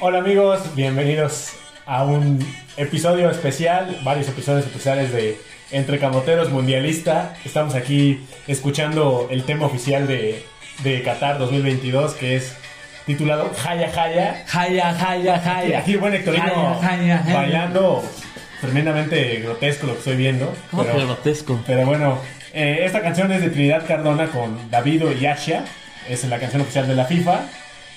Hola amigos, bienvenidos a un episodio especial, varios episodios especiales de Entre Camoteros Mundialista. Estamos aquí escuchando el tema oficial de, de Qatar 2022 que es titulado Jaya Jaya. Jaya, jaya, Y jaya. aquí el buen Hectorino Jaya, jaya, jaya. bailando, tremendamente grotesco lo que estoy viendo. ¿Cómo que pero- grotesco? Pero bueno, eh, esta canción es de Trinidad Cardona con Davido y Ashia. Es la canción oficial de la FIFA.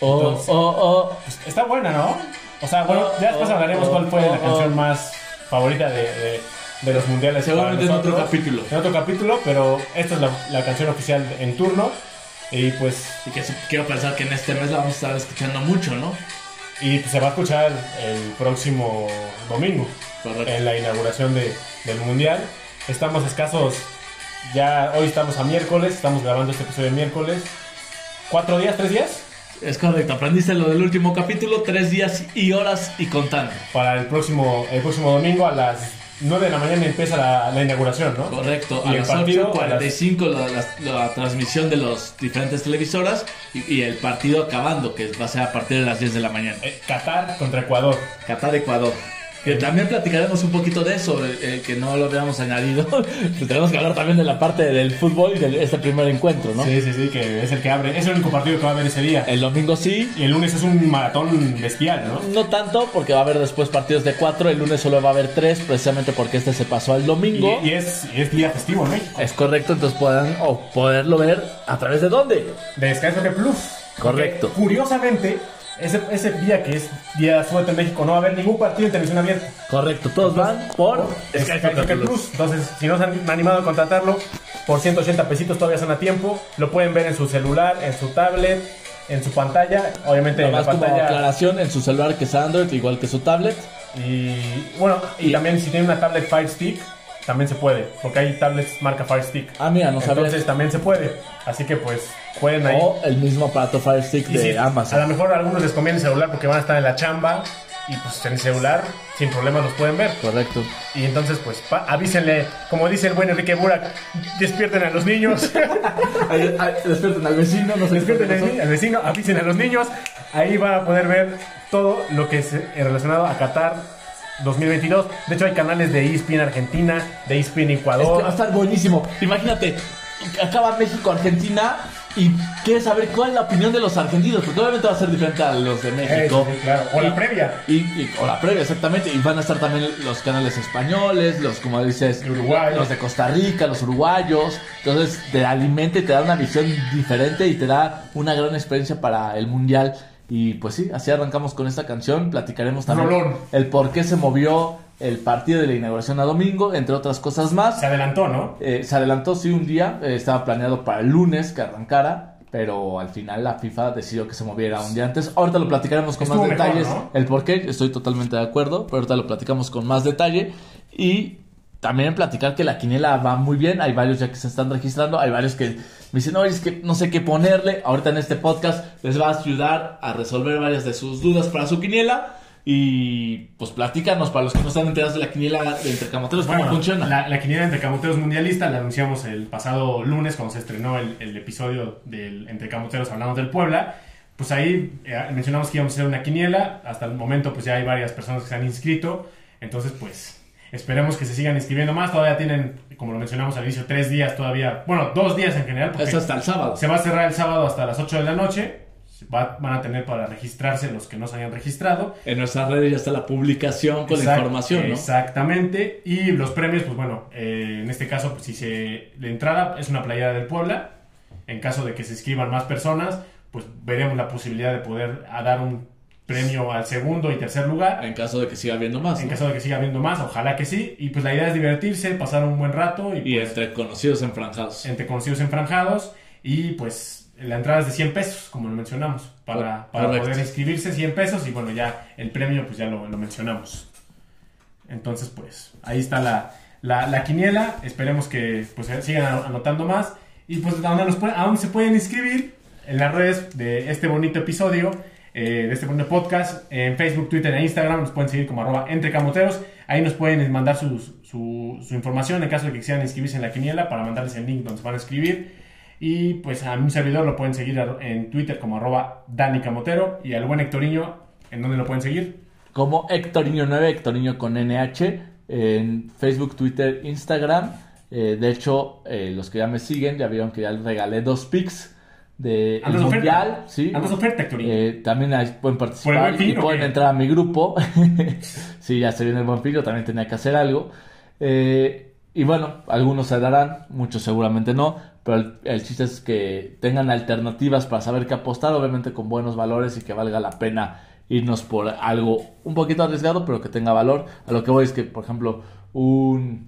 Oh, Entonces- oh, oh. Está buena, ¿no? O sea, bueno, ya después Oh, hablaremos cuál fue oh, la oh. canción más favorita de, de- de los mundiales. para Seguramente en otro nosotros. capítulo. En otro capítulo, pero esta es la, la canción oficial en turno. Y pues, Y que su- quiero pensar que en este mes la vamos a estar escuchando mucho, ¿no? y pues, se va a escuchar el próximo domingo. Correcto. en la inauguración de- del Mundial. Estamos escasos, ya hoy estamos a miércoles, estamos grabando este episodio de miércoles. ¿Cuatro días, tres días? Es correcto. Aprendiste lo del último capítulo, tres días y horas y contando. Para el próximo, el próximo domingo a las 9 de la mañana empieza la, la inauguración, ¿no? Correcto. Y A el las partido, 8.45 la, la- la transmisión de las diferentes televisoras y, y el partido acabando, que va a ser a partir de las 10 de la mañana. Eh, Qatar contra Ecuador. Qatar, Ecuador. Que también platicaremos un poquito de eso, eh, eh, que no lo habíamos añadido. Pues Tenemos que hablar también de la parte del fútbol y de este primer encuentro, ¿no? Sí, sí, sí, que es el que abre. Es el único partido que va a haber ese día. El domingo sí, Y el lunes es un maratón bestial, ¿no? no tanto, porque va a haber después partidos de cuatro. El lunes solo va a haber tres, precisamente porque este se pasó al domingo. Y, y es, y es día festivo en México. Es correcto, entonces puedan o poderlo ver a través de dónde. De Descanso de Plus. Correcto. Porque, curiosamente, ese, ese día que es día suerte en México no va a haber ningún partido en televisión abierta. Correcto, todos van por Sky Sky Soccer Soccer Plus. Entonces, si no se han animado a contratarlo, por 180 pesitos todavía están a tiempo. Lo pueden ver en su celular, en su tablet, en su pantalla. Obviamente en la Además, como pantalla. aclaración en su celular que es Android, igual que su tablet. Y bueno, y, Y- también si tienen una tablet Fire Stick, también se puede. Porque hay tablets marca Fire Stick. Ah, mira, no sabía. Entonces también se puede. Así que pues pueden ahí. O el mismo aparato Fire Stick Y de sí, Amazon. A lo mejor a algunos les conviene el celular porque van a estar en la chamba y pues en el celular sin problemas los pueden ver. Correcto. Y entonces pues pa- avísenle, como dice el buen Enrique Burak, despierten a los niños, despierten al vecino, no se despierten al ni- al vecino, avisen a los niños. Ahí van a poder ver todo lo que es eh, relacionado a Qatar 2022. De hecho hay canales de E ESPN Argentina, de E ESPN va a Ecuador. estar buenísimo. Imagínate, acaba México-Argentina y quieres saber cuál es la opinión de los argentinos, porque obviamente va a ser diferente a los de México. Eh, sí, sí, claro. O la Y- previa. Y, y- o la previa, exactamente. Y van a estar también los canales españoles, los, como dices, De Uruguay. los de Costa Rica, los uruguayos. Entonces te alimenta y te da una visión diferente y te da una gran experiencia para el mundial. Y pues sí, así arrancamos con esta canción. Platicaremos también Rolón. el por qué se movió el partido de la inauguración a domingo, entre otras cosas más. Se adelantó, ¿no? Eh, se adelantó, sí, un día. eh, estaba planeado para el lunes que arrancara. Pero al final la FIFA decidió que se moviera un día antes. Ahorita lo platicaremos con Estuvo más mejor, detalles. ¿no? El por qué, estoy totalmente de acuerdo. Pero ahorita lo platicamos con más detalle. Y también platicar que la quiniela va muy bien. Hay varios ya que se están registrando. Hay varios que me dicen, oye, es que no sé qué ponerle. Ahorita en este podcast les va a ayudar a resolver varias de sus dudas para su quiniela. Y pues platícanos para los que no están enterados de la quiniela de intercamoteros, cómo Bueno, funciona. La, la quiniela entre camoteros mundialista la anunciamos el pasado lunes cuando se estrenó el, el episodio del Entre Camoteros Hablamos del Puebla. Pues ahí eh, mencionamos que íbamos a hacer una quiniela. Hasta el momento pues ya hay varias personas que se han inscrito. Entonces pues esperemos que se sigan inscribiendo más. Todavía tienen, como lo mencionamos al inicio, tres días todavía. Bueno, dos días en general. porque Es hasta el sábado. se va a cerrar el sábado hasta las 8 de la noche. Va- van a tener para registrarse los que no se hayan registrado. En nuestras redes ya está la publicación con la Exact- información, ¿no? Exactamente. Y los premios, pues bueno, eh, en este caso, pues si se. La entrada es una playera del Puebla. En caso de que se inscriban más personas, pues veremos la posibilidad de poder a dar un premio al segundo y tercer lugar. En caso de que siga habiendo más. En ¿no? caso de que siga habiendo más, ojalá que sí. Y pues la idea es divertirse, pasar un buen rato y Y este- entre conocidos enfranjados. entre conocidos enfranjados. Y pues la entrada es de 100 pesos, como lo mencionamos, para, Cor- para correcto. poder inscribirse 100 pesos. Y bueno, ya el premio, pues ya lo, lo mencionamos. Entonces, pues ahí está la, la, la quiniela. Esperemos que pues sigan a- anotando más. Y pues ¿a dónde nos pueden- aún se pueden inscribir en las redes de este bonito episodio. eh, de este bonito podcast en Facebook, Twitter e Instagram nos pueden seguir como arroba entre camoteros ahí nos pueden mandar sus- su, su información en caso de que quisieran inscribirse en la quiniela para mandarles el link donde se van a escribir Y pues a mi servidor lo pueden seguir a- en Twitter como arroba Dani Camotero y al buen Hectoriño, ¿en dónde lo pueden seguir? Como Hectoriño9, Hectoriño con eh, NH, en Facebook, Twitter, Instagram. Eh, de hecho, eh, los que ya me siguen ya vieron que ya les regalé dos pics de el Andas Mundial. oferta. ¿sí? Andas Ah, oferta, Hectoriño. Eh, también ahí pueden ¿Por el participar Buen Fin y o pueden qué? entrar a mi grupo. sí, ya se viene el buen fin, yo también tenía que hacer algo. Eh, y bueno, algunos se darán, muchos seguramente no, pero el, el chiste es que tengan alternativas para saber qué apostar, obviamente con buenos valores y que valga la pena irnos por algo un poquito arriesgado, pero que tenga valor. A lo que voy es que, por ejemplo, un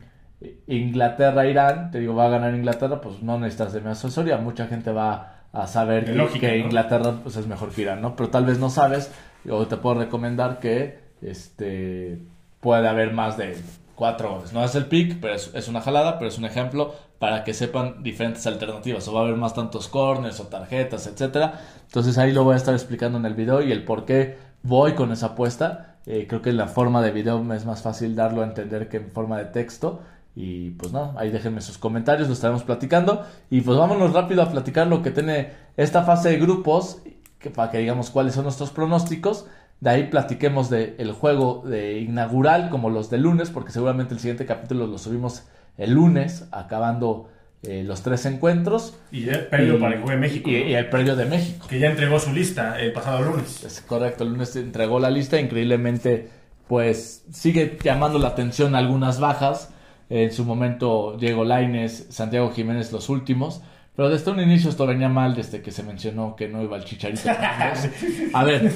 Inglaterra-Irán, te digo, va a ganar Inglaterra, pues no necesitas de mi asesoría, mucha gente va a saber De que, lógica, que ¿no? Inglaterra pues, es mejor que Irán, ¿no? Pero tal vez no sabes, o te puedo recomendar que este puede haber más de cuatro goles. No es el pick, pero es, es una jalada, pero es un ejemplo para que sepan diferentes alternativas. O va a haber más tantos corners o tarjetas, etcétera. Entonces ahí lo voy a estar explicando en el video y el por qué voy con esa apuesta. Eh, creo que en la forma de video me es más fácil darlo a entender que en forma de texto. Y pues nada, ahí déjenme sus comentarios, lo estaremos platicando. Y pues vámonos rápido a platicar lo que tiene esta fase de grupos, que, para que digamos cuáles son nuestros pronósticos. De ahí platiquemos del juego de inaugural, como los de lunes, porque seguramente el siguiente capítulo lo subimos el lunes, acabando eh, los tres encuentros. Y el premio Y- para que juegue México, Y, ¿no? y el premio de México. que ya entregó su lista el pasado lunes. Es correcto, el lunes entregó la lista, increíblemente, pues sigue llamando la atención algunas bajas. En su momento, Diego Laines, Santiago Jiménez, los últimos. Pero desde un inicio esto venía mal, desde que se mencionó que no iba el Chicharito. Hernández. A ver,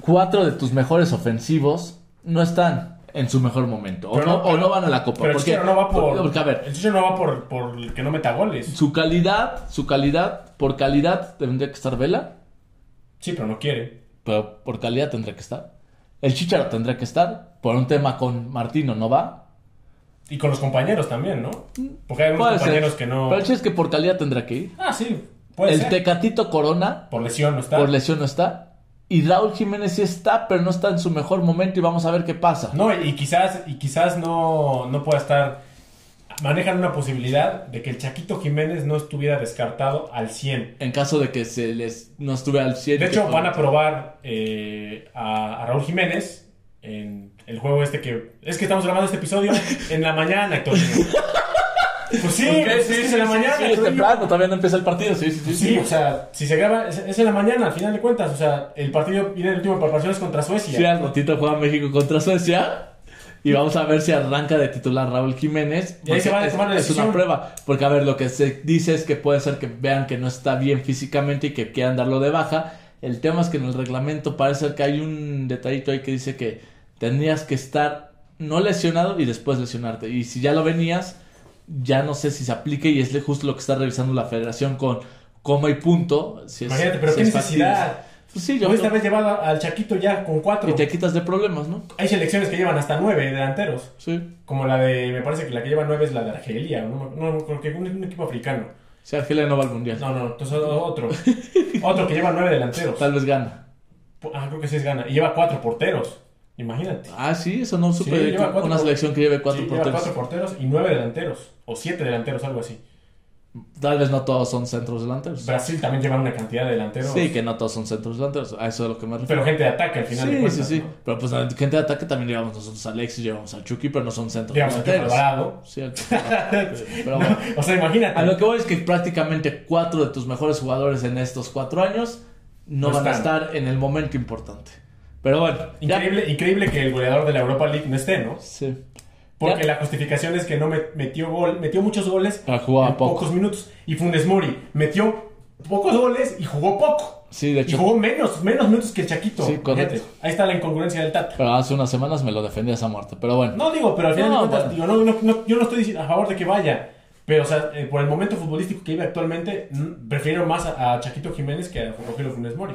cuatro de tus mejores ofensivos no están en su mejor momento. O, Pero no, no- o no van a la Copa. Pero el porque- Chicharo no va por. Porque, a ver, El Chicharo no va por, por el que no meta goles. su calidad, su calidad, por calidad tendría que estar Vela. Sí, pero no quiere. pero por calidad tendrá que estar. El Chicharo tendrá que estar. Por un tema con Martino no va. Y con los compañeros también, ¿no? Porque hay algunos Puede compañeros ser. que no. Pero el chiste es que por calidad tendrá que ir. Ah, sí, puede el ser. Tecatito Corona Por lesión no está. por lesión no está. Y Raúl Jiménez sí está, pero no está en su mejor momento y vamos a ver qué pasa. No, y quizás, y quizás no, no pueda estar. Manejan una posibilidad de que el Chaquito Jiménez no estuviera descartado al 100. En caso de que se les no estuve al 100. De hecho, que- van a probar eh, a, a Raúl Jiménez en el juego este que. Es que estamos grabando este episodio en la mañana, Héctor. Pues sí, Ok, pues es en la mañana. sí, es Héctor. temprano, todavía no empieza el partido. Sí, sí, sí. Sí, o sea, si se graba, es, es en la mañana, al final de cuentas. O sea, el partido viene el último preparación es contra Suecia. Sí, al ratito juega México contra Suecia. Y vamos a ver si arranca de titular Raúl Jiménez. Y ahí se porque van a es- tomar la Es una decisión. prueba. Porque, a ver, lo que se dice es que puede ser que vean que no está bien físicamente y que quieran darlo de baja. El tema es que en el reglamento parece ser que hay un detallito ahí que dice que tendrías que estar no lesionado y después lesionarte. Y si ya lo venías, ya no sé si se aplique y es justo lo que está revisando la federación con coma y punto. Si es- Imagínate, pero si qué es factible. necesidad. Pues sí, yo Yo esta vez llevado al Chaquito ya con cuatro. Y te quitas de problemas, ¿no? Hay selecciones que llevan hasta nueve delanteros. Sí. Como la de, me parece que la que lleva nueve es la de Argelia. No, no, no, creo que un, un equipo africano. Si Argelia no va al mundial, No, no, entonces otro. otro que lleva nueve delanteros. tal vez gana. Ah, creo que sí es Ghana. Y lleva cuatro porteros. Imagínate. Ah, sí, eso no supe. Sí, de lleva que- cuatro una por- selección que lleve cuatro Sí, lleva porteros. cuatro porteros y nueve delanteros. O siete delanteros, algo así. Tal vez no todos son centros delanteros. Brasil también lleva una cantidad de delanteros. Sí, que no todos son centros delanteros. A eso es a lo que me refiero. Pero gente de ataque al final de sí, sí, cuentas. sí. ¿no? Pero pues la gente de ataque también llevamos nosotros a Alexis, llevamos al Chucky, pero no son centros Digamos, aquí delanteros. Alvarado. Sí, al Chucky. pero bueno. O sea, imagínate. A lo que voy es que prácticamente cuatro de tus mejores jugadores en estos cuatro años no, No van a están. estar en el momento importante. Pero bueno, ya. Increíble, increíble que el goleador de la Europa League no esté, ¿no? Sí. Porque Ya. la justificación es que no met- metió gol, metió muchos goles Pero Ah, jugaba en poco. pocos minutos. Y Funes Mori metió pocos goles y jugó poco. Sí, de hecho. Y jugó menos, menos minutos que el Chaquito. Sí, correcto. Fíjate, Ahí está la incongruencia del Tata. Pero hace unas semanas me lo defendí a esa muerte. Pero bueno. No digo, pero al final No, de cuentas, bueno. digo, no, no, no, yo no estoy dici- a favor de que vaya. Pero, o sea, eh, por el momento futbolístico que vive actualmente, mm, prefiero más a, a Chaquito Jiménez que a Rogelio Funes Mori.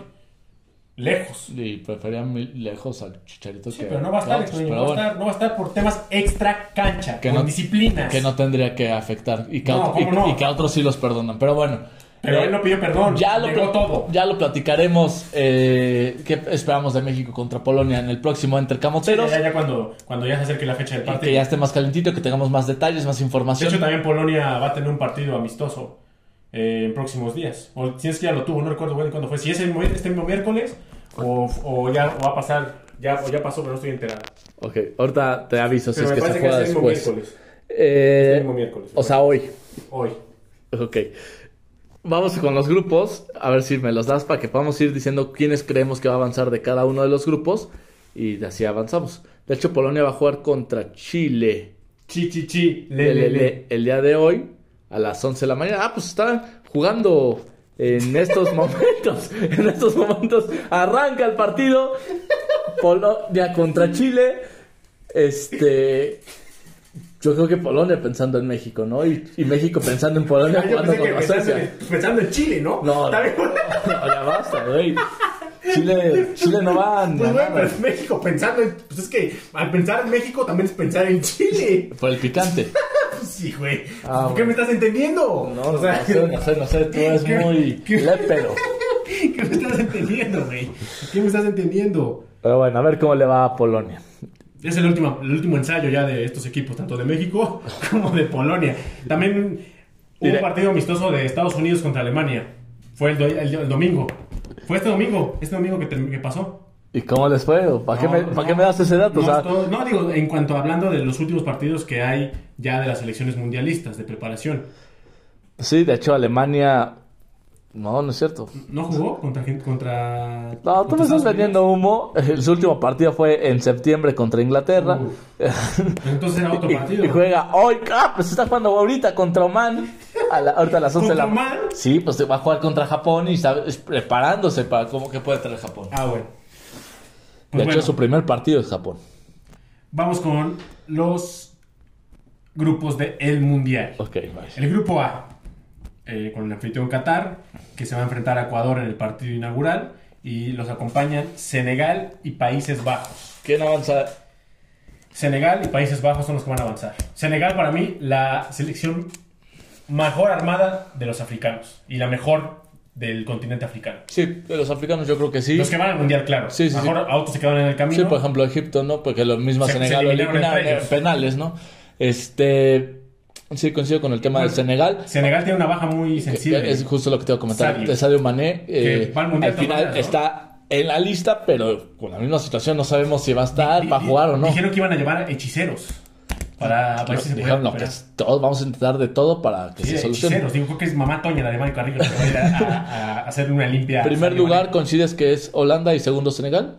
Lejos. Y prefería muy lejos al Chicharito Sí, que pero no va a estar, que a otros, Toño, pero no, va a bueno, estar no va a estar por temas extra cancha, Que por no- disciplinas. que no tendría que afectar y que, a No, otro- y- ¿cómo no? y que a otros sí los perdonan. Pero bueno. Pero eh, él no pidió perdón. ya lo, negó pla- todo. ya lo platicaremos. Eh, ¿Qué esperamos de México contra Polonia en el próximo Entre Camoteros? ya, ya cuando, cuando ya se acerque la fecha del Y que partido. ya esté más calentito, que tengamos más detalles, más De hecho, información. también Polonia va a tener un partido amistoso eh, en próximos días. O si es que ya lo tuvo, no recuerdo bueno cuándo fue. Si es el, mi- este mismo miércoles o, o ya o va a pasar, ya, o ya pasó, pero no estoy enterada. Ok, ahorita te aviso si Pero Pues es me parece que se que es juega el mismo después. miércoles. Eh, el mismo miércoles. o sea, hoy. Hoy. Ok. Vamos con los grupos. A ver si me los das para que podamos ir diciendo quiénes creemos que va a avanzar de cada uno de los grupos. Y de así avanzamos. De hecho, Polonia va a jugar contra Chile Chi, chi, chi, le, el, le, el- le. el día de hoy a las 11 de la mañana. Ah, pues están jugando en estos momentos. En estos momentos arranca el partido. Polonia contra Chile. Este. Yo creo que Polonia pensando en México, ¿no? Y, y México pensando en Polonia Ah, Yo jugando pensé que contra pensando, Suecia. en- pensando en Chile, ¿no? No, no, Está bien. no, ya basta, güey. Chile, Chile no va a Pues bueno, pero ganar es México pensando en... Pues es que al pensar en México también es pensar en Chile. por el picante. Pues sí, güey. Ah, ¿Por qué bueno. me estás entendiendo? No, no, sé, no sé, no sé, tú eres ¿Qué- muy qué- lépero. ¿Qué me estás entendiendo, güey? ¿Qué me estás entendiendo? Pero bueno, a ver cómo le va a Polonia. Es el último, el último ensayo ya de estos equipos, tanto de México como de Polonia. También hubo un Direct- partido amistoso de Estados Unidos contra Alemania. Fue el, do- el- el domingo. Fue este domingo, este domingo que, term- que pasó. ¿Y cómo les fue? ¿O ¿Para, qué, No, me, no. ¿para qué me das ese dato? No, O sea, es todo- no, digo, en cuanto hablando de los últimos partidos que hay ya de las selecciones mundialistas de preparación. sí, de hecho, Alemania. No, no es cierto. ¿No jugó contra... gen- contra No, tú contra me estás Estados Unidos? vendiendo humo. El, su último partido fue en septiembre contra Inglaterra. Uf. Entonces era otro Y- partido. Y, juega hoy, ah, pues está jugando ahorita contra Oman. A la- ahorita a las 11 de la ¿Contra Oman? Sí, pues se va a jugar contra Japón y está es- preparándose para cómo que puede traer Japón. Ah, bueno. de Pues hecho, bueno, su primer partido es Japón. vamos con los grupos de El Mundial. Ok, nice. El grupo A, eh, con el anfitrión Qatar, que se va a enfrentar a Ecuador en el partido inaugural, y los acompañan Senegal y Países Bajos. ¿Quién avanza? Senegal y Países Bajos son los que van a avanzar. Senegal, para mí, la selección mejor armada de los africanos y la mejor del continente africano. Sí, de los africanos yo creo que sí. Los que van al mundial, claro. Sí, sí, sí. Mejor a otros se quedaron en el camino. Sí, pues, por ejemplo, Egipto, ¿no? Porque los mismos Se- Senegal se lo eliminaron eliminaron entre en ellos. penales, ¿no? Este. Sí, coincido con el tema de Bueno, Senegal. Eh, Senegal tiene una baja muy sensible. es justo lo que te iba a comentar. Sadio. De Sadio Mané. Que eh, va al Mundial de todas al final maneras, ¿no? está en la lista, pero con la misma situación no sabemos si va a estar, Di- va a di- Ah, jugar o no. Dijeron que iban a llevar hechiceros para, para No, que se dijeron, pudieran no, que recuperar. es todo, vamos a intentar de todo para que Sí, se solucione. hechiceros. Digo, creo que es mamá Toña, la de Mario Carrillo, que va a ir a, a- a hacer una limpia. En primer Sadio lugar, Mané. ¿coincides que es Holanda y segundo Senegal?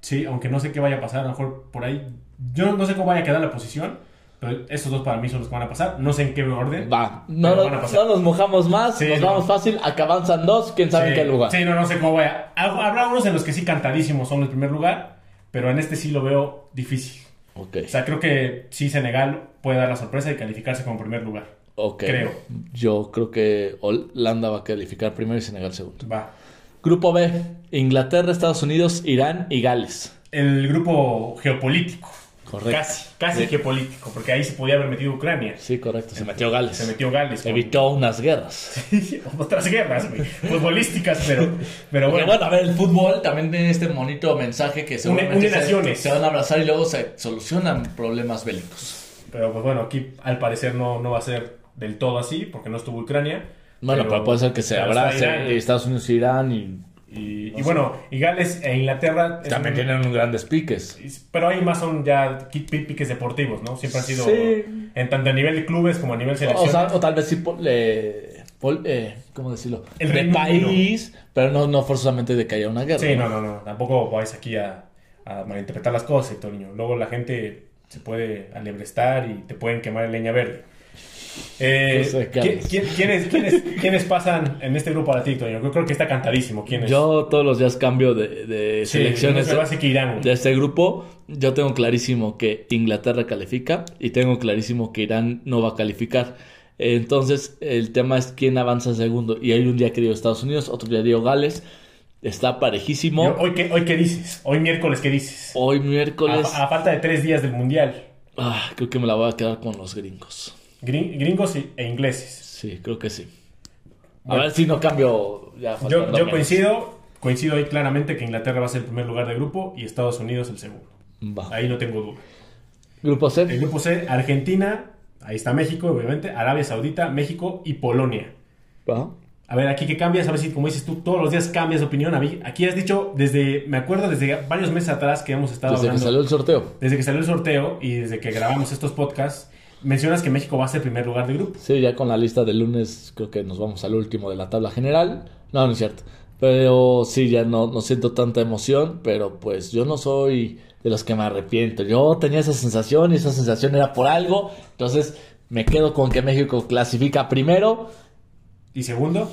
Sí, aunque no sé qué vaya a pasar, a lo mejor por ahí. Yo no sé cómo vaya a quedar la posición, pero esos dos para mí son los que van a pasar. No sé en qué orden. Va, no, Pero nos- van a pasar. no nos mojamos más, Sí, nos no. vamos fácil, acabanzan dos, quién sabe en Sí, qué lugar. Sí, no, no sé cómo vaya. Hab- Habrá unos en los que sí cantadísimos son el primer lugar, pero en este sí lo veo difícil. Ok, O sea, creo que sí Senegal puede dar la sorpresa y calificarse como primer lugar. ok. creo. Yo creo que Holanda va a calificar primero y Senegal segundo. Va. Grupo B, Inglaterra, Estados Unidos, Irán y Gales. El grupo geopolítico. Correcto. Casi, casi Sí. geopolítico, porque ahí se podía haber metido Ucrania. Sí, correcto, se metió Gales. Se metió Gales. con- Evitó unas guerras. Otras guerras, güey. Futbolísticas, pero, pero Pero bueno. bueno, a ver, el fútbol también tiene este bonito mensaje que seguramente une se- naciones. se, van a abrazar y luego se solucionan problemas bélicos. Pero pues bueno, aquí al parecer no, no va a ser del todo así, porque no estuvo Ucrania. Bueno, pero, puede ser que se pero está abracen Irán. y Estados Unidos y Irán y Y, y bueno, y Gales e Inglaterra. es también un- tienen grandes piques. Pero ahí más son ya qui- pi- piques deportivos, ¿no? Siempre han sido. Sí. En tanto a nivel de clubes como a nivel O, selección. sea, o tal vez sí, pol- eh, pol- eh, ¿cómo decirlo? El de Reino país, pero no, no forzosamente de que haya una guerra. sí, no, no, no. Tampoco vais aquí a, a malinterpretar las cosas, Héctor Niño. Luego la gente se puede alebrestar y te pueden quemar en leña verde. Eh, No sé, ¿qué ¿quién- hablas? quién- quiénes, quiénes- quiénes pasan en este grupo para ti, Héctor Niño? Yo creo que está cantadísimo. ¿Quiénes? Yo todos los días cambio de, de Sí, selecciones no se va a seguir Irán, güey. de este grupo. Yo tengo clarísimo que Inglaterra califica y tengo clarísimo que Irán no va a calificar. Entonces, el tema es quién avanza segundo. Y hay un día que dio Estados Unidos, otro día dio Gales. Está parejísimo. Yo- ¿Hoy qué, ¿Hoy qué dices? ¿Hoy miércoles qué dices? Hoy A, miércoles, a falta de tres días del Mundial. ah, creo que me la voy a quedar con los gringos. Grin- Gringos y- e ingleses. Sí, creo que sí. A Bueno. ver si no cambio. ya Yo, faltando yo menos. coincido, coincido ahí claramente que Inglaterra va a ser el primer lugar de grupo y Estados Unidos el segundo. Va. Ahí no tengo duda. Grupo C. El grupo C, Argentina, ahí está México, obviamente, Arabia Saudita, México y Polonia. ¿Va? A ver, aquí que cambias, a ver si, como dices tú, todos los días cambias de opinión. A mí- Aquí has dicho, desde, me acuerdo, desde varios meses atrás que hemos estado Desde que hablando, salió el sorteo. desde que salió el sorteo y desde que grabamos estos podcasts, mencionas que México va a ser primer lugar de grupo. Sí, ya con la lista del lunes creo que nos vamos al último de la tabla general. No, no es cierto. Pero sí, ya no, no siento tanta emoción, pero pues yo no soy de los que me arrepiento. Yo tenía esa sensación y esa sensación era por algo. Entonces me quedo con que México clasifica primero Y segundo,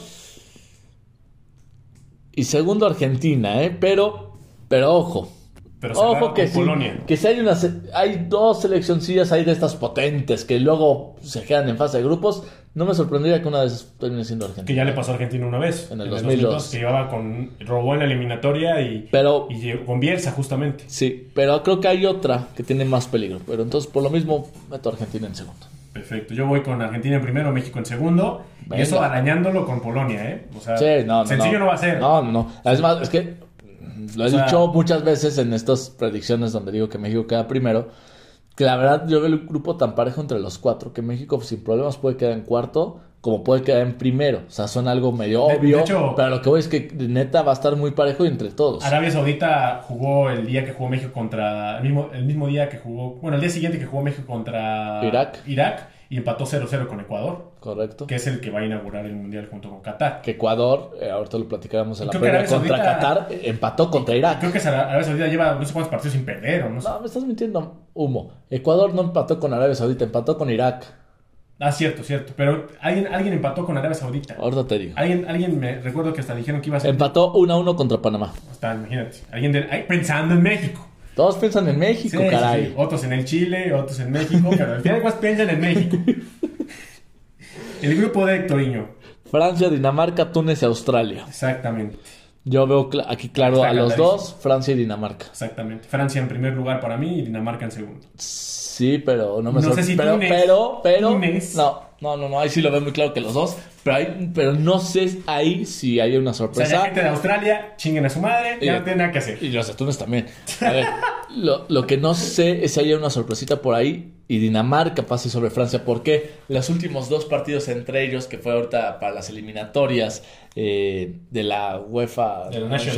y segundo Argentina, ¿eh? Pero, pero ojo. pero cerraron Ojo que con sí, Polonia. que si hay una se- hay dos seleccioncillas ahí de estas potentes que luego se quedan en fase de grupos, no me sorprendería que una de esas termine siendo Argentina. Que ya le pasó a Argentina una vez. En el 2002, que llevaba con. robó en la eliminatoria y. Pero y llegó con Bielsa, justamente. Sí, pero creo que hay otra que tiene más peligro. Pero entonces, por lo mismo, meto a Argentina en segundo. Perfecto. Yo voy con Argentina en primero, México en segundo. Venga. Y eso arañándolo con Polonia, ¿eh? O sea, Sí, no, no. sencillo no. va a ser. No, no, no. Es más, es que mm, lo he O sea- dicho muchas veces en estas predicciones donde digo que México queda primero. Que la verdad, yo veo el grupo tan parejo entre los cuatro que México sin problemas puede quedar en cuarto, como puede quedar en primero. O sea, suena algo medio De- de obvio. hecho- pero lo que voy es que neta va a estar muy parejo entre todos. Arabia Saudita jugó el día que jugó México contra. El mismo, el mismo día que jugó. Bueno, el día siguiente que jugó México contra. Irak. Irak. Y empató 0-0 con Ecuador, Correcto. que es el que va a inaugurar el mundial junto con Qatar. Que Ecuador, eh, ahorita lo platicábamos en la Creo que previa, Arabia contra Saudita- Qatar, eh, empató contra Irak. Creo que Sara- Arabia Saudita lleva no sé cuántos partidos sin perder, o no sé. No, me estás mintiendo humo. Ecuador no empató con Arabia Saudita, empató con Irak. Ah, cierto, cierto. Pero alguien, alguien empató con Arabia Saudita. Ahorita te digo. Alguien, alguien me recuerdo que hasta dijeron que iba a ser. Empató 1-1 contra Panamá. Hasta, imagínate. Alguien de- ay, pensando en México. Todos piensan en México, Sí, sí, caray. sí. Otros en el Chile, otros en México. Pero al final, pues piensan en México. El grupo de Hectorinho. Francia, Dinamarca, Túnez y Australia. Exactamente, Yo veo cla- aquí claro Está a los clarísimo. dos, Francia y Dinamarca. exactamente. Francia en primer lugar para mí y Dinamarca en segundo. Sí, pero no me No sé sorprende. si pero, Túnez- pero, pero, Túnez. No, no, no, no, ahí sí lo veo muy claro que los dos. Pero, ahí- pero no sé ahí si hay una O sea, sorpresa. la gente de Australia, chinguen a su madre, ya Y- no tiene nada que hacer. Y los atunes también. A ver, lo, lo que no sé es si haya una sorpresita por ahí y Dinamarca pase sobre Francia. Porque los últimos dos partidos entre ellos, que fue ahorita para las eliminatorias eh, de la UEFA De la Nations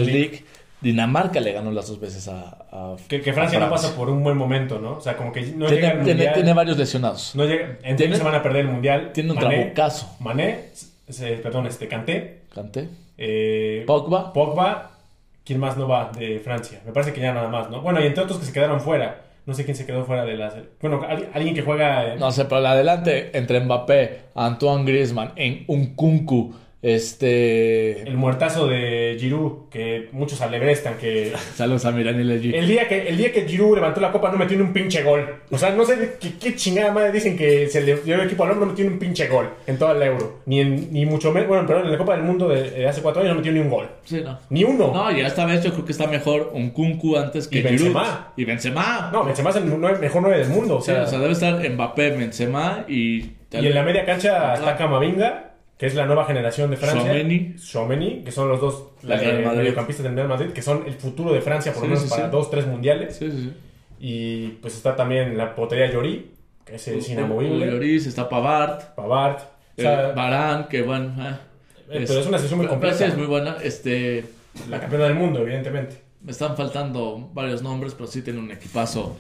Dinamarca le ganó las dos veces a, a- Que, que Francia a no pasa por un buen momento, ¿no? O sea, como que no llega Tiene, al tiene- mundial. tiene varios lesionados. No llega, en Tiene- tenis se van a perder el mundial. tiene un trabucazo. Mané, se- perdón, este, Canté. Canté. Eh, Pogba. Pogba, ¿quién más no va de Francia? Me parece que ya nada más, ¿no? Bueno, y entre otros que se quedaron fuera. No sé quién se quedó fuera de la... sele- Bueno, al- alguien que juega... eh, No sé, pero la adelante entre Mbappé, Antoine Griezmann, en Unkunku, este. El muertazo de Giroud, que muchos alebrestan que... Saludos a Mirani Legui. El día, que, el día que Giroud levantó la copa no metió ni un pinche gol. O sea, no sé de qué, qué chingada madre dicen que se le dio el equipo al hombre, no metió ni un pinche gol en toda la Euro. Ni, en- ni mucho menos... Bueno, perdón, en la Copa del Mundo de, de hace cuatro años no metió ni un gol. Sí, no. Ni uno. No, ya esta vez yo creo que está mejor un Kunku antes que Y Giroud. Benzema. Y Benzema. No, Benzema es el nueve- mejor 9 del mundo. O Sí, sea, o sea, debe estar Mbappé, Benzema y... y en la media cancha Ajá. está Camavinga, que es la nueva generación de Francia. Tchouaméni. Tchouaméni, que son los dos Del eh, Real Madrid. mediocampistas del Real Madrid, que son el futuro de Francia, por lo Sí, menos sí, para sí. dos, tres mundiales. Sí, sí, sí. Y pues está también la portería Llorí, que ese es inamovible. Oh, Lloris, está Pavard, Pavard. O eh, sea, Varane, que bueno... eh, Eh, pero es una sesión muy Francia completa. es muy buena. Este, la campeona del mundo, evidentemente. me están faltando varios nombres, pero sí tiene un equipazo.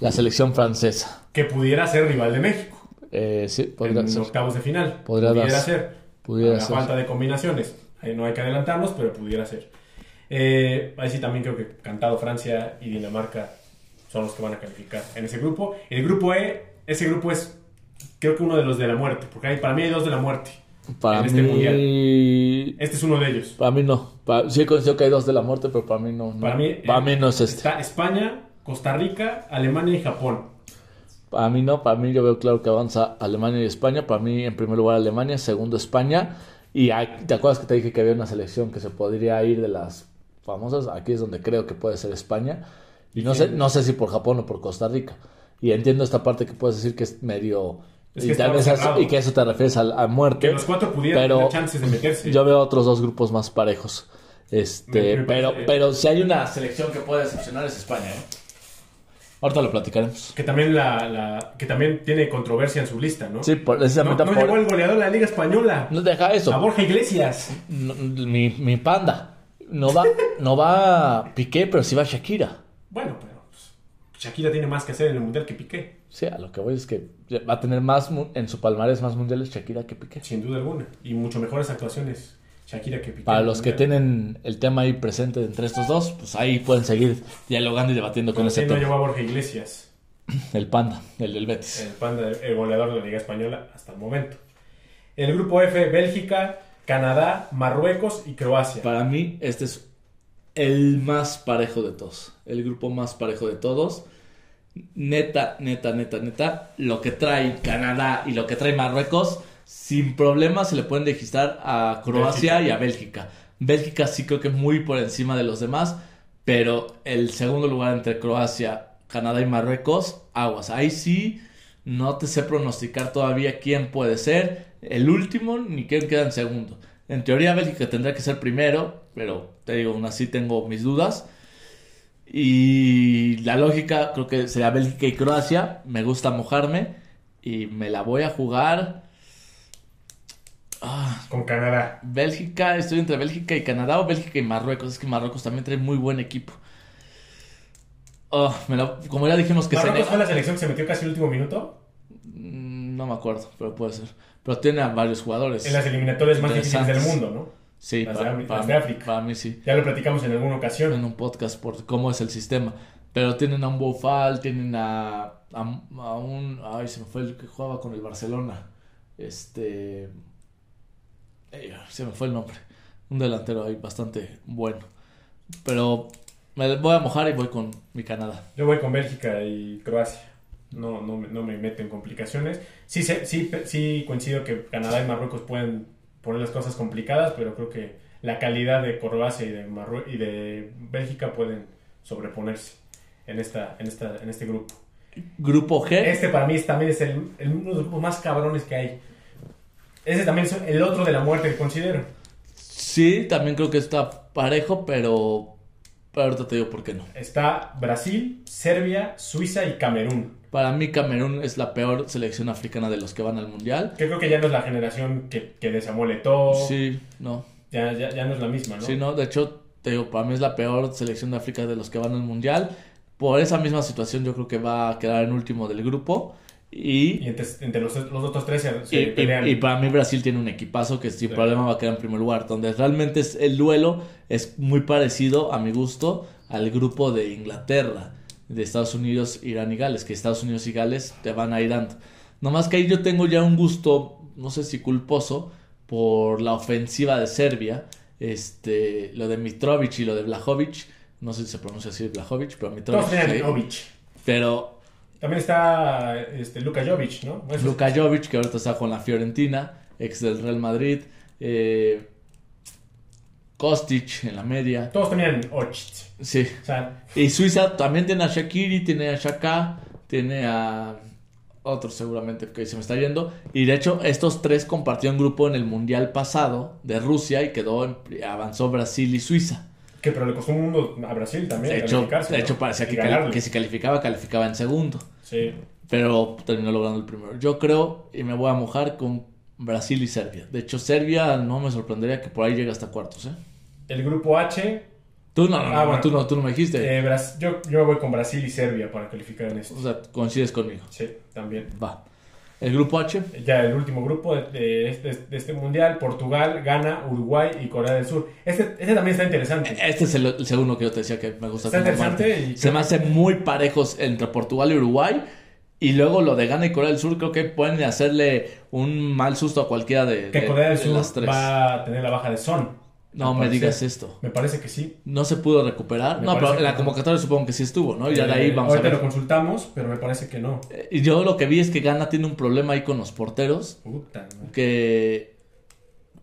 La selección francesa. Que pudiera ser rival de México Eh, sí, podría en ser. octavos de final. Podría pudiera darse. ser. Pudiera la ser. falta de combinaciones. Ahí no hay que adelantarnos, pero pudiera ser. Eh, ahí sí también creo que Cantado, Francia y Dinamarca son los que van a calificar en ese grupo. El grupo E, ese grupo es creo que uno de los de la muerte, porque hay, para mí hay dos de la muerte. Para en este mundial. mí... Este es uno de ellos. Para mí no. Pa- sí coincido que hay dos de la muerte, pero para mí no. no. Para mí, eh, Para mí no es este. Está España, Costa Rica, Alemania y Japón. Para mí no, para mí yo veo claro que avanza Alemania y España. Para mí, en primer lugar, Alemania, segundo, España. Y a- te acuerdas que te dije que había una selección que se podría ir de las famosas. Aquí es donde creo que puede ser España. Y no sé, no sé si por Japón o por Costa Rica. Y entiendo esta parte que puedes decir que es medio. Es que y, tal estaba vez a- cerrado. y que a eso te refieres al- a, muerte. Que los cuatro pudieran Pero- tener chances de meterse. Yo veo otros dos grupos más parejos. Me- Este, me pero, parece- pero si hay una selección que puede decepcionar es España, ¿eh? Ahorita lo platicaremos. Que también, la, la- que también tiene controversia en su lista, ¿no? Sí, por- No, precisamente no por- llegó el Ah, goleador de la Liga Española. No deja eso. A Borja Iglesias. No, mi, mi panda. No va, no va Piqué, pero sí va Shakira. Bueno, pero pues, Shakira tiene más que hacer en el Mundial que Piqué, Sí, a lo que voy es que va a tener más mu- en su palmarés más mundiales Shakira que Piqué. sin duda alguna. Y mucho mejores actuaciones Shakira que Piqué. Para los que tienen el tema ahí presente entre estos dos, pues ahí pueden seguir dialogando y debatiendo con ese Sí, no tema. llevó a Borja Iglesias, El panda, el del Betis. el, panda, el goleador de la Liga Española hasta el momento. El grupo F, Bélgica, Canadá, Marruecos y Croacia. Para mí, este es el más parejo de todos. El grupo más parejo de todos. Neta, neta, neta, neta. Lo que trae Canadá y lo que trae Marruecos, sin problema se le pueden registrar a Croacia Bélgica. y a Bélgica. Bélgica sí creo que muy por encima de los demás, pero el segundo lugar entre Croacia, Canadá y Marruecos, aguas. Ahí sí, no te sé pronosticar todavía quién puede ser el último ni quién queda en segundo. En teoría Bélgica tendrá que ser primero, pero te digo, aún así tengo mis dudas. Y la lógica creo que sería Bélgica y Croacia. Me gusta mojarme y me la voy a jugar. Ah, Con Canadá. Bélgica, estoy entre Bélgica y Canadá o Bélgica y Marruecos. Es que Marruecos también trae muy buen equipo. Ah, me la- como ya dijimos que se Marruecos ne- fue la selección que se metió casi el último minuto. Mm, No me acuerdo, pero puede ser. Pero tiene a varios jugadores. En las eliminatorias más difíciles del Interesantes. mundo, ¿no? Sí, las para, de Afri- para- las de África. para mí sí. Ya lo platicamos en alguna ocasión. En un podcast por cómo es el sistema. Pero tienen a un Bofal, tienen a, a, a un. Ay, se me fue el que jugaba con el Barcelona. Este. eh, Se me fue el nombre. Un delantero ahí bastante bueno. Pero me voy a mojar y voy con mi Canadá. Yo voy con Bélgica y Croacia. No, no, me- no me meto en complicaciones. Sí, sé- sí, pe- sí coincido que Canadá y Marruecos pueden poner las cosas complicadas, pero creo que la calidad de Croacia y de, Marrue- y de Bélgica pueden sobreponerse en, esta, en, esta, en este grupo. Grupo G. Este para mí es- también es el, el- uno de los grupos más cabrones que hay. Ese también es el otro de la muerte que considero. Sí, también creo que está parejo, pero. Pero ahorita te digo por qué no. Está Brasil, Serbia, Suiza y Camerún. Para mí, Camerún es la peor selección africana de los que van al mundial. Que creo que ya no es la generación que, que de Samuel Eto'o. Sí, no. Ya, ya, ya no es la misma, ¿no? Sí, no. De hecho, te digo, para mí es la peor selección de África de los que van al mundial. Por esa misma situación, yo creo que va a quedar en último del grupo. Y Y, entre, entre los, los otros tres se, se y- y- pelean. y para mí, Brasil tiene un equipazo que sin Sí. problema va a quedar en primer lugar. Donde realmente es el duelo es muy parecido, a mi gusto, al grupo de Inglaterra, de Estados Unidos, Irán y Gales. Que Estados Unidos y Gales te van a Irán. Nomás que ahí yo tengo ya un gusto, no sé si culposo, por la ofensiva de Serbia. Este, lo de Mitrovic y lo de Blajovic. No sé si se pronuncia así Blajovic, pero Mitrovic. Todos tenían sí. Jovic. Pero También está este, Luka Jovic, ¿no? Eso- Luka Jovic, que ahorita está con la Fiorentina, ex del Real Madrid. eh, Kostic en la media. Todos tenían Orchid. Sí. O sea, Y Suiza también tiene a Shakiri, tiene a Shaka, tiene a otro seguramente que se me está yendo. Y de hecho, estos tres compartieron grupo en el Mundial pasado de Rusia y quedó en- avanzó Brasil y Suiza. que pero le costó un mundo a Brasil también. De hecho, calificarse, de ¿no? hecho parecía Y que, ganarle. cali- que si calificaba, calificaba en segundo. Sí. Pero terminó logrando el primero. Yo creo, y me voy a mojar con Brasil y Serbia. De hecho, Serbia no me sorprendería que por ahí llegue hasta cuartos, ¿eh? El grupo H, Tú no, no, Ah, no, bueno. tú no, tú no me dijiste. eh, Bras- yo, yo voy con Brasil y Serbia para calificar en esto. o sea, coincides conmigo. Sí, también. Va. El grupo H, Ya el último grupo de, de este, de este mundial, Portugal, Ghana, Uruguay y Corea del Sur. Este, este también está interesante. Este es el, el segundo que yo te decía que me gusta. Está como interesante Marte. y- Se me hace muy parejos entre Portugal y Uruguay. Y luego lo de Ghana y Corea del Sur creo que pueden hacerle un mal susto a cualquiera de, que de- Corea del de Sur eh, las tres. va a tener la baja de Son. No Al me parecer. digas esto. Me parece que sí. No se pudo recuperar. Me no, pero parece en la que- convocatoria supongo que sí estuvo, ¿no? Y ya de ahí Eh, vamos a ahorita ver. lo consultamos, pero me parece que no. Eh, Y yo lo que vi es que Ghana tiene un problema ahí con los porteros. Puta, madre. Que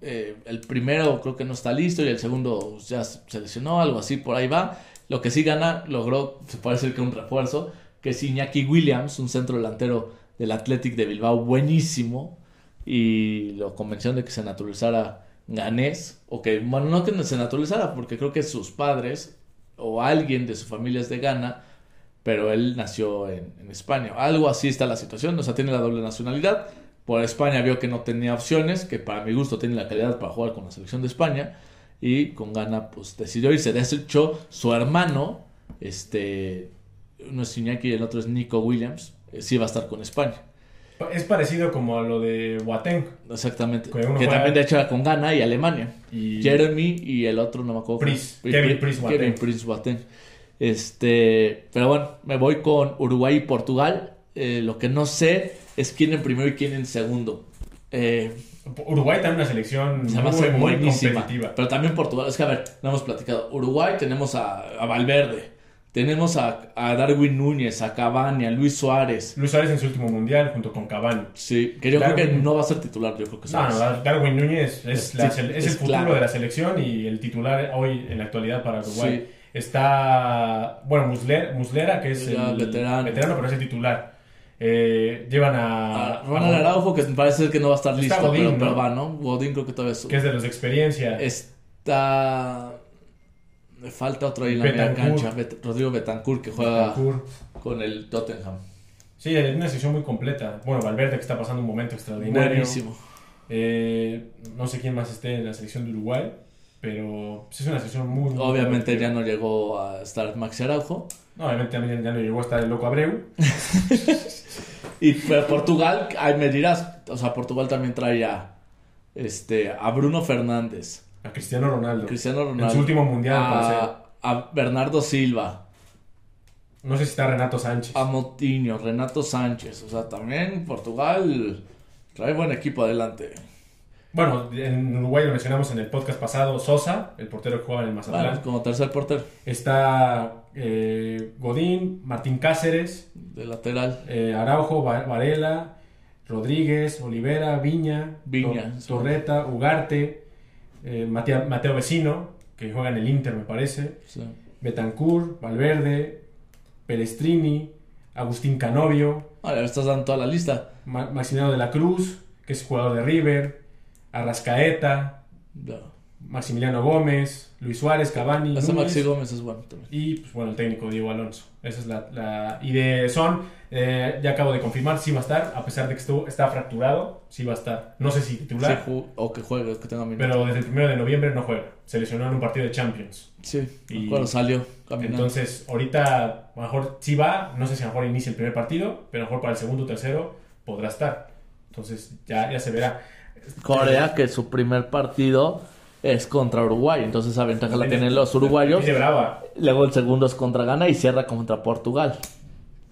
eh, el primero creo que no está listo y el segundo ya se lesionó, algo así, por ahí va. Lo que sí Ghana logró, se puede decir que un refuerzo, que es Iñaki Williams, un centro delantero del Athletic de Bilbao, buenísimo. Y lo convención de que se naturalizara ganés, o que, bueno, no que se naturalizara, porque creo que sus padres o alguien de su familia es de Ghana, pero él nació en, en España. Algo así está la situación, o sea, tiene la doble nacionalidad. Por España vio que no tenía opciones, que para mi gusto tiene la calidad para jugar con la selección de España. Y con gana, pues decidió irse. De hecho, su hermano, este, uno es Iñaki y el otro es Nico Williams, eh, sí va a estar con España. Es parecido como a lo de Boateng. Exactamente. Que uno que juega- también de hecho era con Ghana y Alemania. Y Jeremy y el otro no me acuerdo. Prince, Y- Kevin Pri- Prince Kevin Boateng. Prince Boateng. Este, pero bueno, me voy con Uruguay y Portugal. Eh, lo que no sé es quién en primero y quién en segundo. Eh, Uruguay también una selección se me hace muy, muy buenísima. competitiva. Pero también Portugal. Es que, a ver, no hemos platicado. Uruguay tenemos a, a Valverde. Tenemos a, a Darwin Núñez, a Cavani, a Luis Suárez. Luis Suárez en su último mundial junto con Cavani. Sí, que yo creo que Darwin. no va a ser titular. Yo creo que No, Suárez. no, Darwin Núñez es, Sí, la sele- es Pues el es futuro claro. de la selección y el titular hoy en la actualidad para Uruguay. Sí. Está, bueno, Musler- Muslera, que es Ya, el veterano. pero es el titular. Eh, llevan a, A Ronald Araujo, que parece que no va a estar Está listo, Godín, pero, ¿no? pero va, ¿no? Godín creo que todavía es... que es de los de experiencia. Está... Me falta otro ahí en la media Betancourt. cancha. Bet- Rodrigo Betancourt, que juega Betancourt. con el Tottenham. Sí, es una sección muy completa. Bueno, Valverde que está pasando un momento extraordinario. Buenísimo. Eh, no sé quién más esté en la selección de Uruguay, pero pues, es una selección muy... muy Obviamente competitiva. ya no llegó a estar Maxi Araujo. No, obviamente también ya no llegó hasta el loco Abreu. Y pero Portugal, ahí me dirás, o sea, Portugal también trae a, este, a Bruno Fernández, A Cristiano Ronaldo. Cristiano Ronaldo, En su último mundial, al parecer. a, a Bernardo Silva, No sé si está Renato Sánchez. a Motinho, Renato Sánchez. O sea, también Portugal trae buen equipo adelante. Bueno, en Uruguay lo mencionamos en el podcast pasado. Sosa, el portero que jugaba en el Mazatlán. Vale, como tercer portero Está eh, Godín, Martín Cáceres, de lateral. eh, Araujo, Va- Varela, Rodríguez, Olivera, Viña, Viña, Tor- sí. Torreta, Ugarte, eh, Matea- Mateo Vecino, que juega en el Inter, me parece. Sí. Betancourt, Valverde, Pelestrini, Agustín Canovio, Vale, Ah, estás dando toda la lista. Ma- Maximiliano de la Cruz, que es jugador de River, Arrascaeta, Ya. Maximiliano Gómez, Luis Suárez, Cavani, Ese Núñez, Maxi Gómez es bueno también. y pues bueno, el técnico Diego Alonso. Esa es la, la- y de Son, eh, ya acabo de confirmar, sí va a estar, a pesar de que estuvo, está fracturado, sí va a estar. No sé si Sí, titular, ju- o que juegue, que tenga minutos. pero desde el primero de noviembre no juega. Se lesionó en un partido de Champions. Sí, Y- bueno, salió caminando. Entonces, ahorita a lo mejor sí va, no sé si a lo mejor inicia el primer partido, pero a lo mejor para el segundo o tercero podrá estar. Entonces ya, ya se verá. Corea, que su primer partido es contra Uruguay, entonces esa ventaja la tienen los uruguayos. Dice Brava, Luego el segundo es contra Ghana y cierra contra Portugal.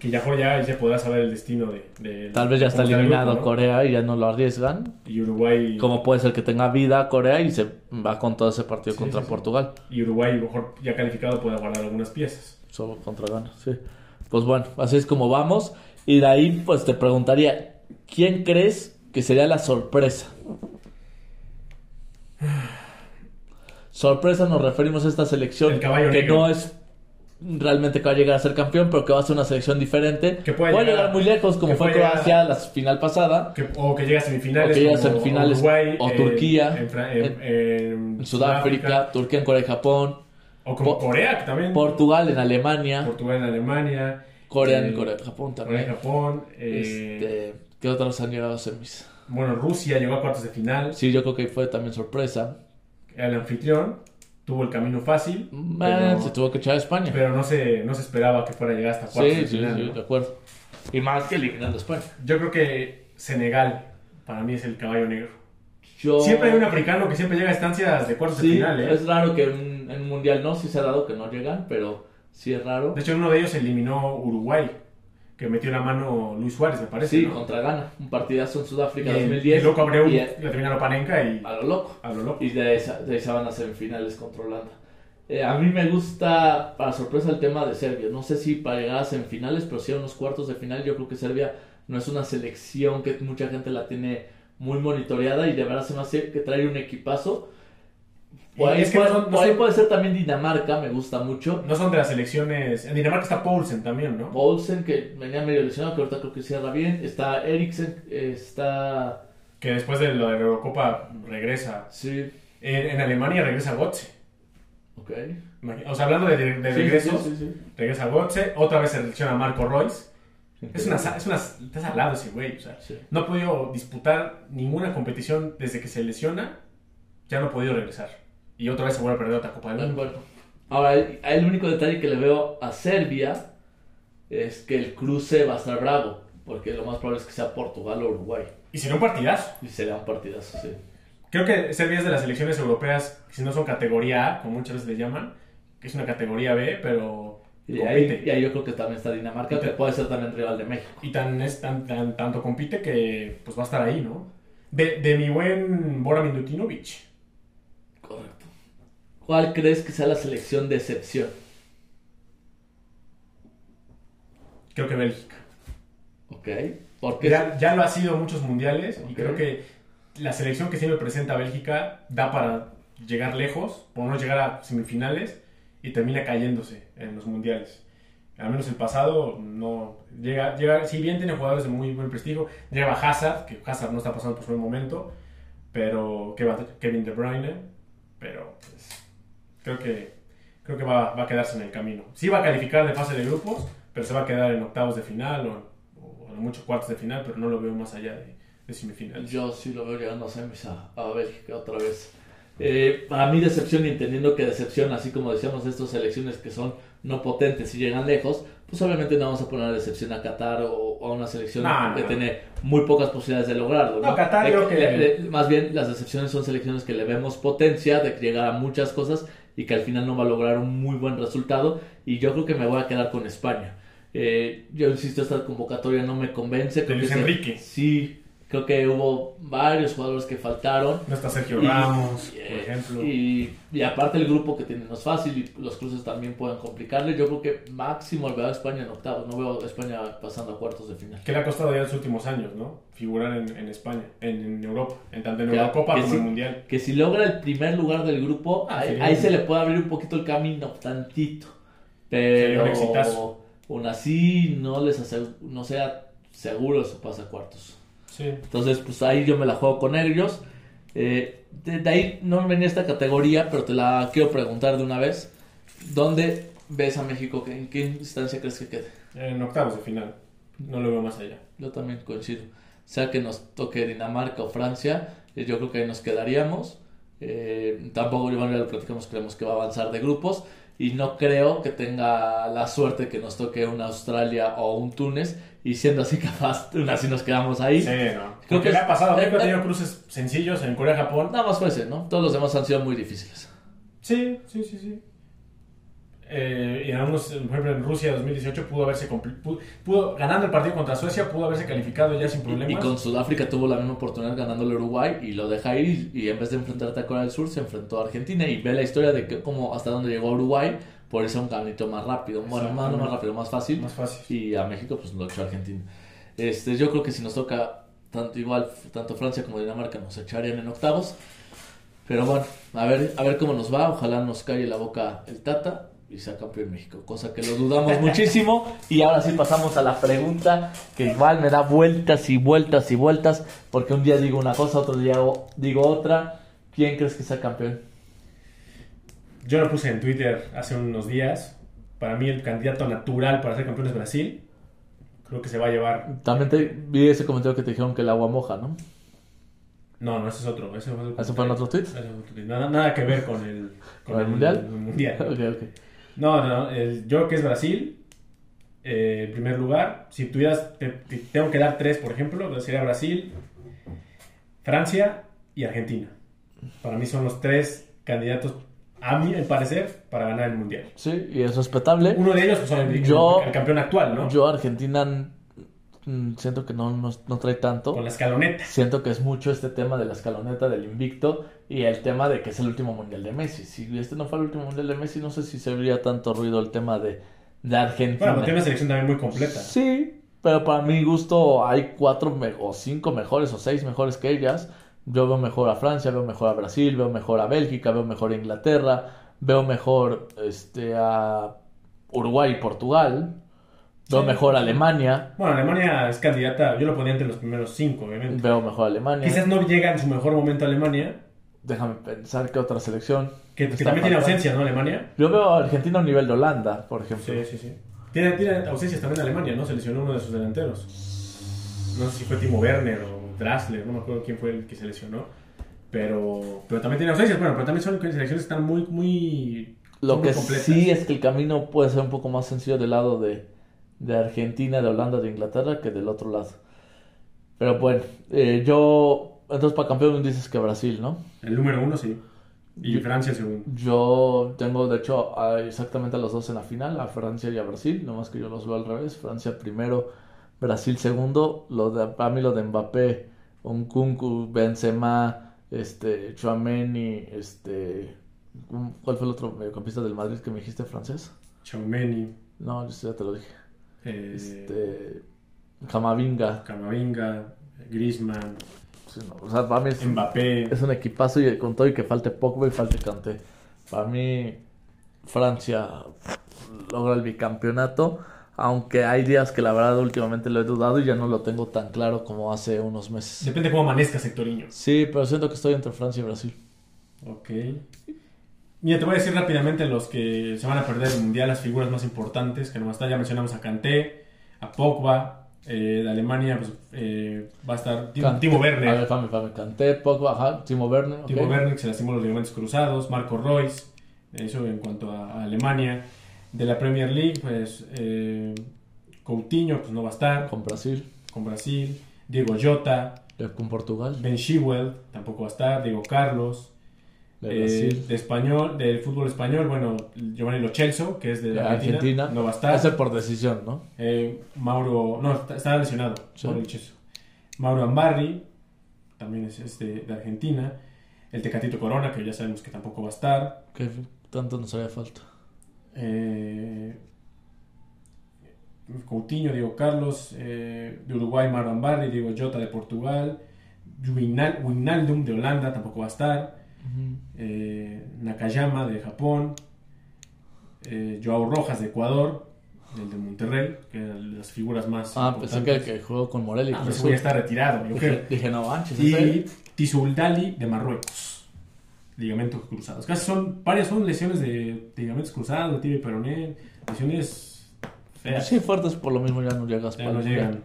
que ya, ya, ya podrá saber el destino de... de- Tal vez ya está cómo queda el eliminado grupo, ¿no? Corea y ya no lo arriesgan. Y Uruguay... Como puede ser que tenga vida Corea y se va con todo ese partido Sí, contra sí, sí. Portugal? Y Uruguay, a lo mejor ya calificado, puede guardar algunas piezas. Solo contra Ghana, sí. Pues bueno, así es como vamos. Y de ahí, pues te preguntaría, ¿quién crees que sería la sorpresa? Sorpresa nos referimos a esta selección El caballo que negro. no es realmente que va a llegar a ser campeón, pero que va a ser una selección diferente. Que puede llegar- llegar muy lejos, como que fue puede llegar- Croacia la final pasada. Que- o que llegue a semifinales. O que llegue a como semifinales, Uruguay, o eh, Turquía, En, Fra- en- en- en En Sudáfrica, Turquía en Corea y Japón, O como Po- Corea, que también. Portugal en Alemania, Portugal en Alemania. Corea eh, en Corea, Japón Corea en también. Japón. eh, Este, ¿Qué otros han llegado a semis? Bueno, Rusia llegó a cuartos de final. Sí, yo creo que fue también sorpresa. El anfitrión tuvo el camino fácil. Man, Pero, se tuvo que echar a España. pero no, se, no se esperaba que fuera a llegar hasta cuartos sí, de sí, final. sí, ¿no? de acuerdo. Y más que eliminando a España. Yo creo que Senegal para mí es el caballo negro. Yo... Siempre hay un africano que siempre llega a estancias de cuartos de Sí, final. ¿eh? es raro que en en Mundial no, sí se ha dado que no llegan, pero sí es raro. De hecho, en uno de ellos eliminó Uruguay, que metió la mano Luis Suárez, me parece. Sí, ¿no? contra Ghana, un partidazo en Y Sudáfrica el, 2010. el loco Abreu y la terminaron Panenka y a lo loco. a lo loco. Y de esa, de esa van a semifinales contra Holanda. Eh, a mí me gusta, para sorpresa, el tema de Serbia. No sé si para llegar a semifinales, pero sí a unos cuartos de final. Yo creo que Serbia no es una selección que mucha gente la tiene muy monitoreada y de verdad se me hace que trae un equipazo. Por Y ahí, es que puede, no son- no por ahí son- puede ser también Dinamarca, me gusta mucho. No son de las selecciones. En Dinamarca está Poulsen también, ¿no? Olsen, que venía medio lesionado, que ahorita creo que cierra bien. Está Eriksen, eh, está... Que después de lo de la Eurocopa regresa. Sí, En, en Alemania regresa Götze. Ok. Imagina- O sea, hablando de, de- de Sí, regresos, sí, sí, sí. regresa al boxe, otra vez selecciona a Marco Royce. Es una, sa- es una, estás al lado ese güey, o sea, Sí. no ha podido disputar ninguna competición desde que se lesiona, ya no ha podido regresar. Y otra vez se vuelve a perder otra Copa del De Mundo. acuerdo. Ahora, el- el único detalle que le veo a Serbia es que el cruce va a estar bravo, porque lo más probable es que sea Portugal o Uruguay. Y sería un partidazo. Y será un partidazo, sí. Creo que Serbia es de las selecciones europeas, si no son categoría A, como muchas veces le llaman, que es una categoría B, pero Y ahí, compite. y ahí yo creo que también está Dinamarca, que puede ser también rival de México. Y tan, es, tan, tan- tanto compite que pues va a estar ahí, ¿no? De, de mi buen Bora Mindutinovic. Correcto. ¿Cuál crees que sea la selección de excepción? Creo que Bélgica. ¿Ok? Porque Ya, ya lo ha sido muchos mundiales y Ok. creo que la selección que siempre presenta Bélgica da para llegar lejos, por no llegar a semifinales y termina cayéndose en los mundiales. Al menos el pasado no llega, llega si bien tiene jugadores de muy buen prestigio, lleva Hazard, que Hazard no está pasando por su buen momento, pero Kevin- Kevin De Bruyne, pero pues, creo que creo que va, va a quedarse en el camino. Sí va a calificar de fase de grupos, pero se va a quedar en octavos de final o, o a lo mucho cuartos de final, pero no lo veo más allá de, de semifinales. Yo sí lo veo llegando a semis a, a Bélgica otra vez. Eh, para mí decepción, y entendiendo que decepción, así como decíamos, estas elecciones que son no potentes y llegan lejos, pues obviamente no vamos a poner a decepción a Qatar o, o a una selección No, no, que no. tiene muy pocas posibilidades de lograrlo. No, Qatar Le- yo que- le- le- más bien las decepciones son selecciones que le vemos potencia de llegar a muchas cosas y que al final no va a lograr un muy buen resultado y yo creo que me voy a quedar con España. Eh, yo insisto, esta convocatoria no me convence. creo Luis que se- Enrique. Sí, creo que hubo varios jugadores que faltaron. No está Sergio Y- Ramos, y- por ejemplo. Y, y aparte el grupo que tiene no es fácil y los cruces también pueden complicarle. Yo creo que máximo veo a España en octavos. No veo a España pasando a cuartos de final. que le ha costado ya en los últimos años, ¿no? Figurar en, en España, en, en Europa, en tanto en Que- Eurocopa que como sí. en Mundial. Que si logra el primer lugar del grupo, Ah, ahí, sería ahí un- se le puede abrir un poquito el camino, tantito. Sería un Pero exitazo. aún así no les asegu- no sea seguro su pase a cuartos. Sí. Entonces, pues ahí yo me la juego con ellos. Eh, de, de ahí no venía esta categoría, pero te la quiero preguntar de una vez. ¿Dónde ves a México? ¿En qué instancia crees que quede? En octavos de final. No lo veo más allá. Yo también coincido. Sea que nos toque Dinamarca o Francia, eh, yo creo que ahí nos quedaríamos. Eh, tampoco, Iván, ya lo platicamos, creemos que va a avanzar de grupos. Y no creo que tenga la suerte que nos toque una Australia o un Túnez. Y siendo así capaz, aún así nos quedamos ahí. Sí, no. Creo Creo que que le es- ha pasado. eh, México ha eh. tenido cruces sencillos en Corea, Japón. Nada más fue ese, ¿no? Todos los demás han sido muy difíciles. Sí, sí, sí, sí. Eh, y en algunos, por ejemplo, en Rusia 2018 pudo haberse compli- pudo, pudo- ganando el partido contra Suecia, pudo haberse calificado ya sin problemas. Y con Sudáfrica tuvo la misma oportunidad ganándole a Uruguay y lo deja ir y, y en vez de enfrentarte a Corea del Sur se enfrentó a Argentina y ve la historia de que, cómo hasta dónde llegó a Uruguay por eso un caminito más rápido, bueno, más, no más rápido, más fácil Más fácil. y a México pues lo echó a Argentina. Este, yo creo que si nos toca tanto igual tanto Francia como Dinamarca nos echarían en octavos. Pero bueno, a ver, a ver cómo nos va, ojalá nos calle la boca el Tata y sea campeón México, cosa que lo dudamos muchísimo y ahora sí pasamos a la pregunta que igual me da vueltas y vueltas y vueltas porque un día digo una cosa, otro día hago- digo otra. ¿Quién crees que sea campeón? Yo lo puse en Twitter hace unos días. Para mí el candidato natural para ser campeón es Brasil. Creo que se va a llevar... También te vi ese comentario que te dijeron que el agua moja, ¿no? No, no, ese es otro. Ese fue, el ¿Eso fue en otro tweet? Ese fue otro tweet. Nada, nada que ver con el... ¿Con el mundial? el mundial. Ok, ok. No, no, el, yo creo que es Brasil. eh, en primer lugar, si tuvieras, te, te- tengo que dar tres, por ejemplo, pues sería Brasil, Francia y Argentina. Para mí son los tres candidatos, a mi al parecer, para ganar el mundial. Sí, y es respetable. Uno de ellos, pues, el, Yo- el campeón actual, ¿no? Yo Argentina mm, siento que no, no, no trae tanto. Con la escaloneta. Siento que es mucho este tema de la escaloneta del invicto y el tema de que es el último mundial de Messi. Si este no fue el último mundial de Messi, no sé si se vería tanto ruido el tema de, de Argentina. Bueno, pero tiene una selección también muy completa. Sí, pero para mi gusto hay cuatro me- o cinco mejores o seis mejores que ellas. Yo veo mejor a Francia, veo mejor a Brasil, veo mejor a Bélgica, veo mejor a Inglaterra, veo mejor este, a Uruguay y Portugal, veo Sí. mejor a Alemania, Bueno, Alemania es candidata, yo lo ponía entre los primeros cinco, obviamente. veo mejor a Alemania. Quizás no llega en su mejor momento a Alemania, Déjame pensar qué otra selección. Que, que está también tiene faltando. ausencias, ¿no? Alemania. Yo veo a Argentina a un nivel de Holanda, por ejemplo. Sí, sí, sí. Tiene, tiene ausencias también Alemania, ¿no? Se lesionó uno de sus delanteros. No sé si fue Timo Werner o Drasler, no me acuerdo quién fue el que se lesionó. Pero, pero también tiene ausencias, bueno, pero también son selecciones que están muy, muy, Lo muy que completas. sí es que el camino puede ser un poco más sencillo del lado de, de Argentina, de Holanda, de Inglaterra que del otro lado. Pero bueno, eh, yo. Entonces, para campeón dices que Brasil, ¿no? El número uno, sí. Y Francia el segundo. Yo tengo, de hecho, a- exactamente a los dos en la final, a Francia y a Brasil, nomás que yo los veo al revés. Francia primero, Brasil segundo. Lo de, para mí lo de Mbappé, Nkunku, Benzema, este, Tchouameni, este... ¿Cuál fue el otro mediocampista del Madrid que me dijiste francés? Chaumeni, No, eso ya te lo dije. eh, Este... Camavinga. Camavinga, Griezmann, Sí, no, o sea, para mí es un- Mbappé. Es un equipazo y con todo y que falte Pogba y falte Kanté. Para mí, Francia logra el bicampeonato, aunque hay días que la verdad últimamente lo he dudado y ya no lo tengo tan claro como hace unos meses. Depende cómo amanezca sectoriño. Sí, pero siento que estoy entre Francia y Brasil. Ok. Mira, te voy a decir rápidamente los que se van a perder el mundial, las figuras más importantes que nomás está. Ya mencionamos a Kanté, a Pogba, eh, de Alemania, pues eh, va a estar Tim- Kanté- Timo A Werner. ver, fame, fame. Kanté, Pogba, ajá, Timo Werner. Timo ok. Werner, que se lastimó los ligamentos cruzados. Marco Royce, eso en cuanto a, a Alemania. De la Premier League, pues eh, Coutinho, pues no va a estar, Con Brasil, con Brasil. Diego Jota, de- con Portugal, Ben Shewell, tampoco va a estar. Diego Carlos. de Eh, Brasil. de español, del fútbol español, bueno, Giovanni Lo Celso, que es de de la Argentina, Argentina. no va a estar. Ese por decisión, ¿no? Eh, Mauro, no, está, está lesionado, Sí. Mauro Lo Celso. Mauro Ambarri, también es, es de, de Argentina. El Tecatito Corona, que ya sabemos que tampoco va a estar. Que tanto nos haría falta. Eh, Coutinho, Diego Carlos, eh, de Uruguay, Mauro Ambarri, Diego Jota de Portugal. Wijnal- Wijnaldum de Holanda tampoco va a estar. eh, Nakayama de Japón, eh, Joao Rojas de Ecuador, el de Monterrey, que eran las figuras más Ah, pensé que el importantes. que jugó con Morelli. Ah, Cruz pues ese Azul. Pues güey está retirado, yo Dije, creo. dije, no manches. ¿en serio? Y Tizuldali de Marruecos, ligamentos cruzados. Casi son, varias son lesiones de ligamentos cruzados, de tibia y peroné, lesiones feas, Sí, fuertes por lo mismo ya no llegas ya para no el llegan. mundial.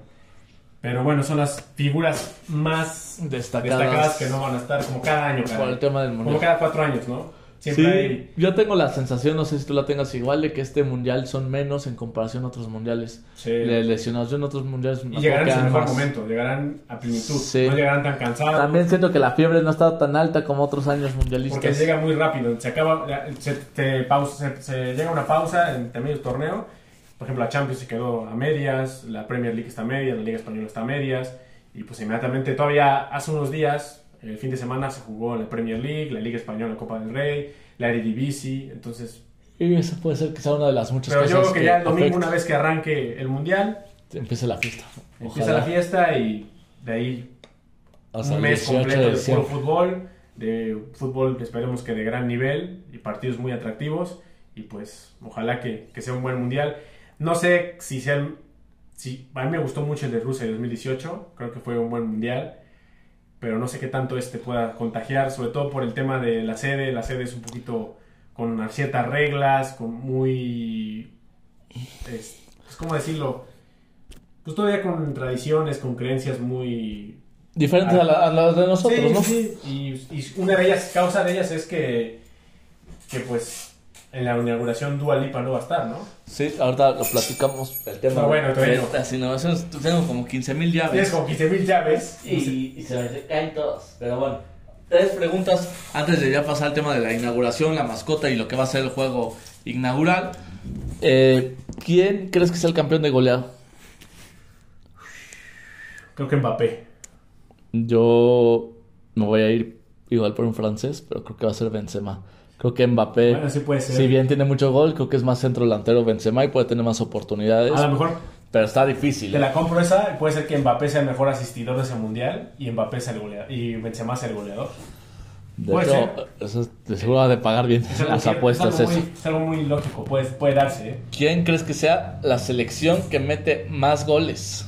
Pero bueno, son las figuras más Destacadas, destacadas que no van a estar como cada año, por caray. el tema del como mundial. cada cuatro años, ¿no? Siempre Sí, hay yo tengo la sensación, no sé si tú la tengas igual, de que este mundial son menos en comparación a otros mundiales. Sí. Le lesionados en otros mundiales. me Y llegarán en su acuerdo que mejor más. momento, llegarán a plenitud, Sí. no llegarán tan cansados. También siento que la fiebre no ha estado tan alta como otros años porque mundialistas. llega muy rápido, se acaba, la- se, te pausa, se, se llega una pausa entre medio del torneo. Por ejemplo, la Champions se quedó a medias, la Premier League está a medias, la Liga Española está a medias, y pues inmediatamente todavía hace unos días, el fin de semana se jugó la Premier League, la Liga Española, la Copa del Rey, la Eredivisie, entonces... Y eso puede ser quizá una de las muchas Pero yo cosas creo que ya el domingo, afecta. una vez que arranque el Mundial, empieza la fiesta. empieza la fiesta y de ahí Hasta un el mes 18 completo de puro diciembre. fútbol, de fútbol que esperemos que de gran nivel y partidos muy atractivos y pues ojalá que, que sea un buen mundial. No sé si sea el- si, a mí me gustó mucho el de Rusia de 2018, creo que fue un buen mundial, pero no sé qué tanto este pueda contagiar, sobre todo por el tema de la sede, la sede es un poquito con unas ciertas reglas, con muy es, pues, cómo decirlo, pues todavía con tradiciones, con creencias muy Diferentes a, la- a las de nosotros, sí, ¿no? sí, sí. Y, y una de ellas, causa de ellas es que, que pues en la inauguración Dua Lipa no va a estar, ¿no? Sí, ahorita lo platicamos. El tema Pero bueno, de todavía no. estas innovaciones, tengo como 15.000 Tienes llaves como 15.000 llaves. y, y se me caen todas. Pero bueno, tres preguntas antes de ya pasar al tema de la inauguración, la mascota y lo que va a ser el juego inaugural. Eh, ¿Quién crees que sea el campeón de goleado? Creo que Mbappé. Yo me voy a ir igual por un francés, pero creo que va a ser Benzema. Creo que Mbappé, Bueno, sí puede ser. si bien tiene mucho gol, creo que es más centro delantero Benzema y puede tener más oportunidades. A lo mejor Pero está difícil. te ¿eh? la compro esa. y Puede ser que Mbappé sea el mejor asistidor de ese mundial y Mbappé sea el goleador. Y Benzema sea el goleador. De Puede hecho, eso es- de seguro ha de pagar bien Es algo las que- apuestas. es algo, eso. muy, es algo muy lógico. Puede, puede darse, ¿eh? ¿Quién crees que sea la selección que mete más goles?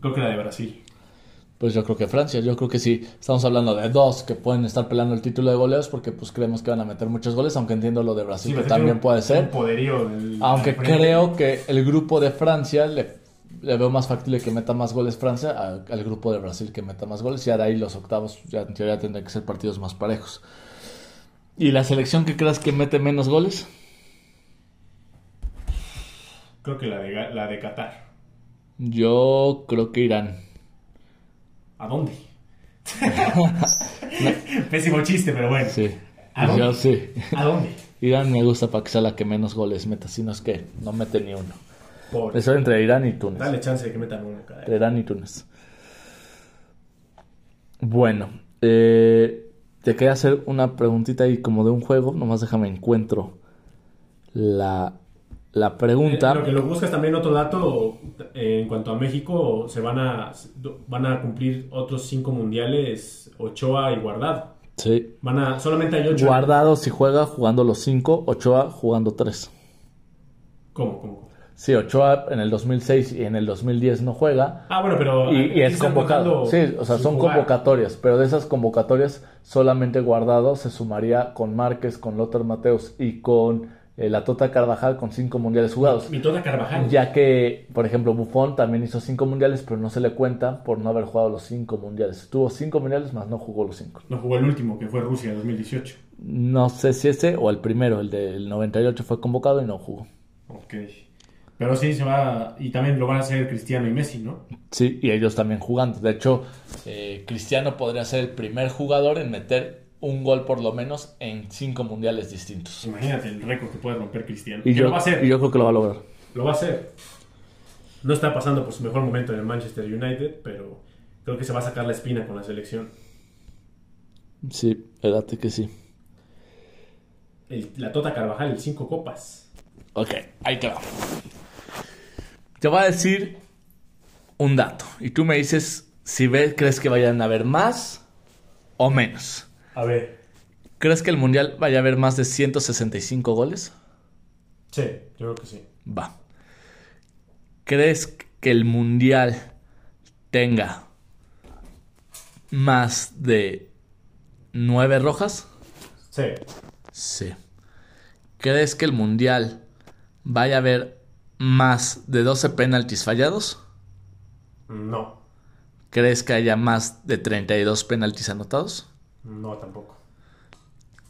Creo que la de Brasil. Pues yo creo que Francia, yo creo que sí. Estamos hablando de dos que pueden estar peleando el título de goleos porque pues creemos que van a meter muchos goles, aunque entiendo lo de Sí, Brasil, que Brasil tiene también un- puede Un ser. poderío del- Aunque del frente. creo que el grupo de Francia le, le veo más factible que meta más goles Francia a- al grupo de Brasil que meta más goles. Y ahora ahí los octavos, ya en teoría tendrían que ser partidos más parejos. ¿Y la selección que creas que mete menos goles? Creo que la de, Ga- la de Qatar. Yo creo que Irán. ¿A dónde? Pésimo chiste, pero bueno. Sí. ¿A dónde? Yo sí. ¿A dónde? Irán me gusta para que sea la que menos goles meta, si no es que no mete ni uno. Pobre. Eso entre Irán y Túnez. Dale chance de que metan eh. uno, caray. Entre Irán y Túnez. Bueno, eh, te quería hacer una preguntita ahí como de un juego, nomás déjame encuentro la, la pregunta. Eh, Lo que lo buscas también otro dato eh, en cuanto a México se van a van a cumplir otros cinco mundiales Ochoa y Guardado. Sí. Van a solamente hay ocho. Guardado si juega jugando los 5, Ochoa jugando 3. ¿Cómo, cómo? Sí, Ochoa en el 2006 y en el 2010 no juega. Ah, bueno, pero Y, y aquí es están convocado. contando Sí, o sea, sin son jugar. convocatorias, pero de esas convocatorias solamente Guardado se sumaría con Márquez, con Lothar Mateus y con eh, la Tota Carvajal con cinco mundiales jugados. Mitota Carvajal. Ya que, por ejemplo, Buffon también hizo cinco mundiales, pero no se le cuenta por no haber jugado los cinco mundiales. Tuvo cinco mundiales más no jugó los cinco. No jugó el último que fue Rusia 2018. No sé si ese o el primero, el del 98 fue convocado y no jugó. Ok. Pero sí se va y también lo van a hacer Cristiano y Messi, ¿no? Sí, y ellos también jugando. De hecho, eh, Cristiano podría ser el primer jugador en meter un gol por lo menos en cinco mundiales distintos. Imagínate el récord que puede romper Cristiano. Y Que yo, lo va a hacer. y yo creo que lo va a lograr. Lo va a hacer. No está pasando por su mejor momento en el Manchester United, pero creo que se va a sacar la espina con la selección. Sí, edate que sí. El- la Tota Carvajal, el cinco copas. Ok, ahí te va. Te voy a decir un dato. Y tú me dices si ves, crees que vayan a haber más o menos. A ver. ¿Crees que el mundial vaya a haber más de 165 goles? Sí, yo creo que sí. Va. ¿Crees que el mundial tenga más de nueve rojas? Sí. Sí. ¿Crees que el mundial vaya a haber más de 12 penaltis fallados? No. ¿Crees que haya más de 32 penaltis anotados? No, tampoco.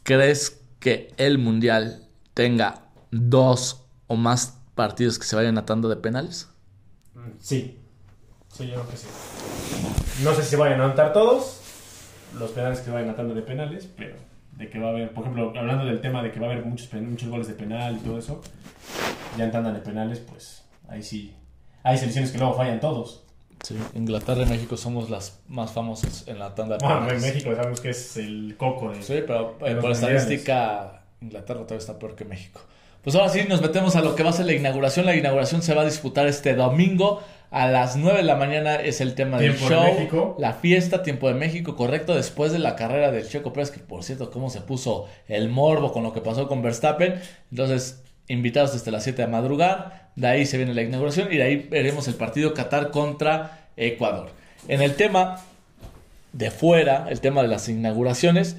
¿Crees que el mundial tenga dos o más partidos que se vayan atando de penales? Mm, Sí. Sí, yo creo que sí. No sé si vayan a anotar todos los penales que vayan atando de penales, pero de que va a haber, por ejemplo, hablando del tema de que va a haber muchos, pen- muchos goles de penal y todo eso, ya en tanda de penales, pues ahí sí. Hay selecciones que luego fallan todos. Sí, Inglaterra y México somos las más famosas en la tanda de Bueno, en penales. México sabemos que es el coco de... Sí, pero eh, Los por mundiales. estadística, Inglaterra todavía está peor que México. Pues ahora sí, nos metemos a lo que va a ser la inauguración. La inauguración se va a disputar este domingo a las 9 de la mañana. Es el tema del Tiempo de show. México. La fiesta, tiempo de México, correcto. Después de la carrera del Checo Pérez, que por cierto, cómo se puso el morbo con lo que pasó con Verstappen. Entonces, invitados desde las 7 de madrugar. De ahí se viene la inauguración y de ahí veremos el partido Qatar contra Ecuador. En el tema de fuera, el tema de las inauguraciones.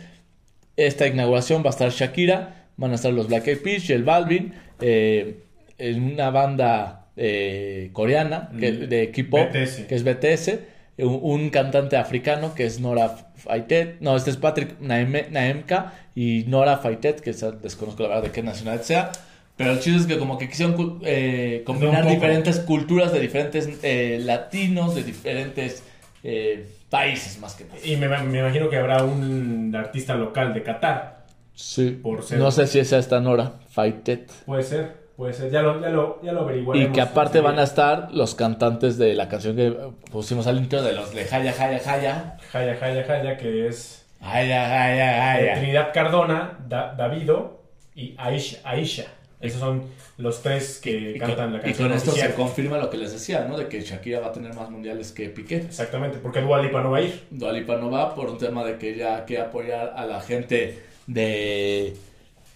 Esta inauguración va a estar Shakira, van a estar los Black Eyed Peas, el Balvin, eh, en una banda eh, coreana que- Mm, de K-pop, BTS. que es BTS, un, un cantante africano que es Nora Faitet, no, este es Patrick Naeme- Naemka y Nora Faitet, que esa desconozco la verdad de qué nacionalidad sea. Pero el chiste es que como que quisieron cul- eh, combinar poco. diferentes culturas de diferentes eh, latinos, de diferentes eh, países más que nada. Y me, me imagino que habrá un artista local de Qatar. Sí. Por ser- No sé si es a esta Nora, Faitet. Puede ser, puede ser. Ya lo, ya lo, ya lo averiguaremos. Este, Y que aparte van a estar los cantantes de la canción que eh, pusimos al intro de los de Jaya, Jaya, Jaya. Jaya, Jaya, Jaya, que es... Jaya, Jaya, Eh, Jaya. Trinidad Cardona, Da- Davido y Aisha, Aisha. Esos son los tres que Y con, cantan la y canción con esto oficial. se confirma lo que les decía, ¿no? De que Shakira va a tener más mundiales que Piqué. Exactamente, porque Dua Lipa no va a ir. Dua Lipa no va por un tema de que ella quiere apoyar a la gente de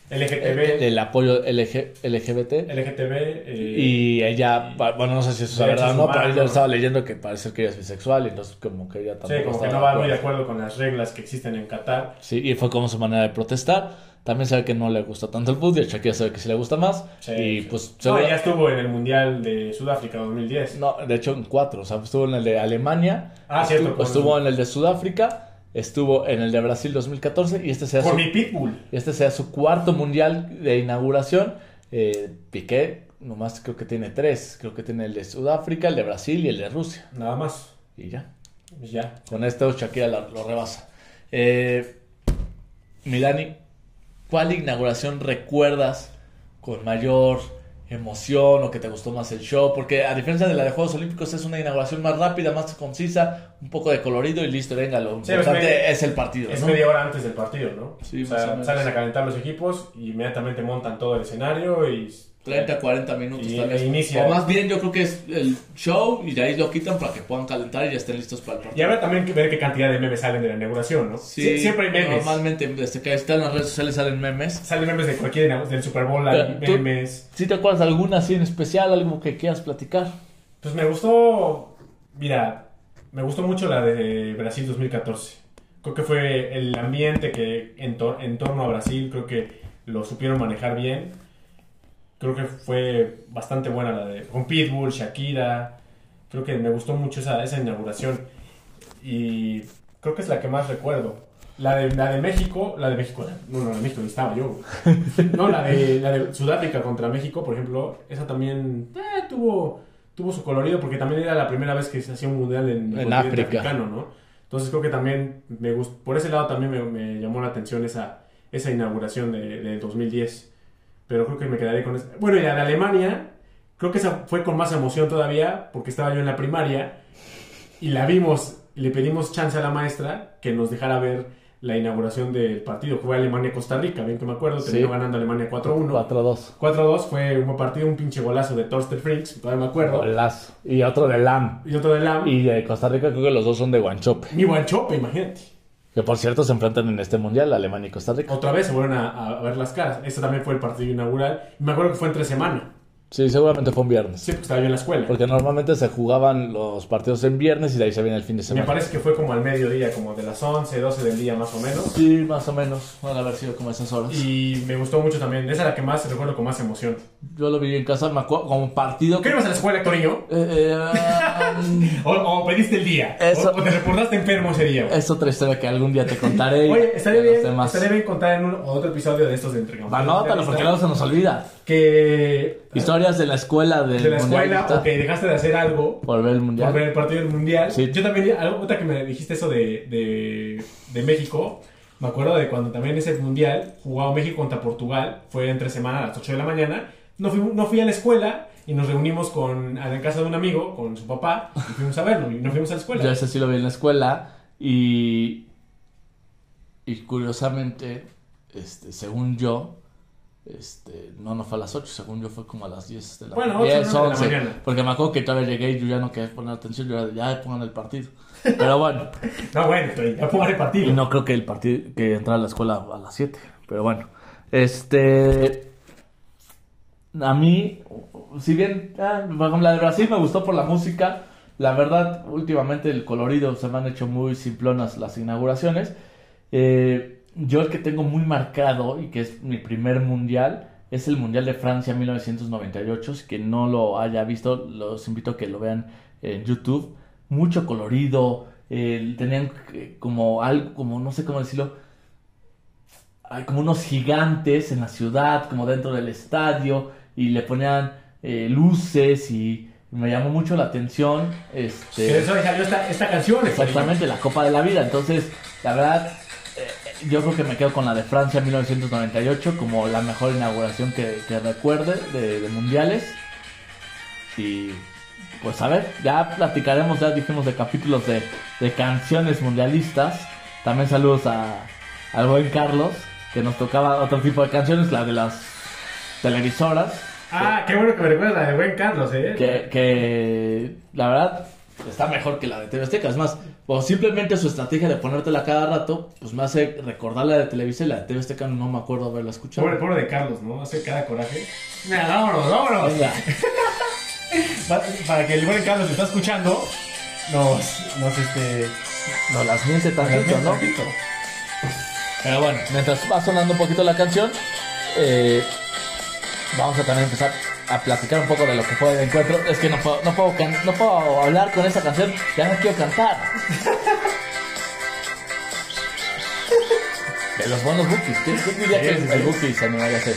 LGTB, el apoyo LG LGBT. LGTB, eh, Y ella, pa- bueno, no sé si eso es la Derechos verdad o no, pero humanos. yo estaba leyendo que parece que ella es bisexual y entonces como que ella sí, tampoco como que no estaba de va acuerdo. muy de acuerdo con las reglas que existen en Qatar. Sí, y fue como su manera de protestar. También sabe que no le gusta tanto el fútbol, Shakira sabe que sí le gusta más. Sí, y sí. pues, No, seguro- ella estuvo en el Mundial de Sudáfrica 2010. no, de hecho en cuatro, o sea, estuvo en el de Alemania, Ah, estuvo, cierto, con- estuvo en el de Sudáfrica, estuvo en el de Brasil 2014 y este sea Por su, mi pitbull. este sea su cuarto mundial de inauguración. Eh, Piqué, nomás creo que tiene tres, creo que tiene el de Sudáfrica, el de Brasil y el de Rusia. Nada más. Pues Y ya. Ya. Con esto Shakira la- lo rebasa. Eh, Milani, ¿cuál inauguración recuerdas con mayor emoción o que te gustó más el show? Porque a diferencia de la de Juegos Olímpicos es una inauguración más rápida, más concisa, un poco de colorido y listo, venga, lo Sí, importante es media- es el partido. Es ¿no? media hora antes del partido, ¿no? Sí, o más o sea, menos. salen a calentar los equipos y inmediatamente montan todo el escenario y... 30, 40 minutos Y- tal e vez. inicia. O más bien yo creo que es el show y de ahí lo quitan para que puedan calentar y ya estén listos para el partido. Y habrá también que ver qué cantidad de memes salen de la inauguración, ¿no? Sí, Sie- Siempre hay memes. Normalmente desde que están las redes sociales salen memes. Salen memes de cualquier inau- del Super Bowl, hay Pero, ¿tú- memes. ¿Sí te acuerdas de alguna así en especial, algo que quieras platicar? Pues me gustó... Mira, me gustó mucho la de Brasil 2014. Creo que fue el ambiente que en, tor- en torno a Brasil, creo que lo supieron manejar bien. Creo que fue bastante buena la de... Con Pitbull, Shakira. Creo que me gustó mucho esa, esa inauguración. Y creo que es la que más recuerdo. La de, la de México, la de México, no, no, la de México, ni estaba yo. güey. No, la de, la de Sudáfrica contra México, por ejemplo, esa también eh, tuvo, tuvo su colorido porque también era la primera vez que se hacía un mundial en, el En continente África. africano, ¿no? Entonces creo que también me gustó, por ese lado también me, me llamó la atención esa, esa inauguración de, de 2010. Pero creo que me quedaré con esa. Bueno, y la de Alemania, creo que esa fue con más emoción todavía porque estaba yo en la primaria y la vimos, y le pedimos chance a la maestra que nos dejara ver la inauguración del partido. Fue Alemania-Costa Rica, bien que me acuerdo, Sí. terminó ganando Alemania 4-1. 4-2. 4-2 fue un buen partido, un pinche golazo de Torster Fritz, todavía me acuerdo. Golazo. Y otro de LAM. Y otro de Lam. Y de Costa Rica creo que los dos son de Guanchope. Mi Guanchope, imagínate. Que por cierto se enfrentan en este mundial, Alemania y Costa Rica. Otra vez se vuelven a, a ver las caras. Este también fue el partido inaugural. Y me acuerdo que fue entre semana. Sí, seguramente fue un viernes. Sí, porque estaba yo en la escuela. Porque normalmente se jugaban los partidos en viernes y de ahí se viene el fin de Me semana. parece que fue como al mediodía, como de las 11, 12 del día más o menos. Sí, más o menos. Van a haber sido como esas horas. Y me gustó mucho también. Esa es la que más recuerdo con más emoción. Yo lo vi en casa, me acuerdo, como partido. ¿Por qué no ibas a la escuela, Toriño? Eh, eh, O, o pediste el día. Eso. O, o te reportaste enfermo ese día. güey. es otra historia que algún día te contaré. Oye, estaría de los bien, demás. estaría bien contar en un, otro episodio de estos de entre Anótalo porque luego se nos olvida. Que Historias de la escuela del de la escuela mundialista. o que dejaste de hacer algo Por ver el por mundial. ver el partido del mundial. Sí. Yo también, algo, otra que me dijiste eso de, de, de México. Me acuerdo de cuando también ese mundial jugaba México contra Portugal. Fue entre semana a las 8 de la mañana. No fui, no fui a la escuela y nos reunimos con, en casa de un amigo, con su papá, y fuimos a verlo. Y no fuimos a la escuela. Yo ese sí lo vi en la escuela y y curiosamente, este, según yo, este, no, no fue a las 8, según yo fue como a las 10 de la Bueno, mañana. ocho, nueve de la mañana. Porque me acuerdo que todavía llegué y yo ya no quería poner atención, yo ya, ya pongan el partido. Pero bueno, No, bueno, pero ya fue el partido. y no creo que el partido, que entrara a la escuela a las 7, pero bueno. Este, a mí, si bien, ah, por ejemplo, la de Brasil me gustó por la música, la verdad, últimamente el colorido se me han hecho muy simplonas las inauguraciones. Eh, yo el que tengo muy marcado y que es mi primer mundial es el Mundial de Francia 1998. Si que no lo haya visto, los invito a que lo vean en YouTube. Mucho colorido, eh, tenían eh, como algo, como no sé cómo decirlo, hay como unos gigantes en la ciudad, como dentro del estadio, y le ponían eh, luces y me llamó mucho la atención. Este, Que de eso ahí salió esta, esta canción. Exactamente, la Copa de la Vida. Entonces, la verdad, eh, yo creo que me quedo con la de Francia 1998 como la mejor inauguración que, que recuerde de, de mundiales. Y pues a ver, ya platicaremos, ya dijimos de capítulos de, de canciones mundialistas. También saludos a, al buen Carlos, que nos tocaba otro tipo de canciones, la de las televisoras. Ah, qué bueno que me recuerdas la de buen Carlos, ¿eh? Que, que, la verdad está mejor que la de TV Azteca. Es más, o simplemente su estrategia de ponértela cada rato, pues me hace recordar la de Televisa y la de TV Azteca, no me acuerdo haberla escuchado. Pobre, pobre de Carlos, ¿no? Hace cada coraje. Mira, vámonos, vámonos. Venga. Pa- para que el buen Carlos te está escuchando, nos, nos este. No las miente tantito, ¿no? tantito. Pero bueno, mientras va sonando un poquito la canción, eh, vamos a también empezar a platicar un poco de lo que fue el encuentro. Es que no puedo, no puedo, can- no puedo hablar con esa canción, ya no quiero cantar. De los buenos bookies, ¿quién quién diría que Sí, sí, el sí. bookie se me vaya a hacer?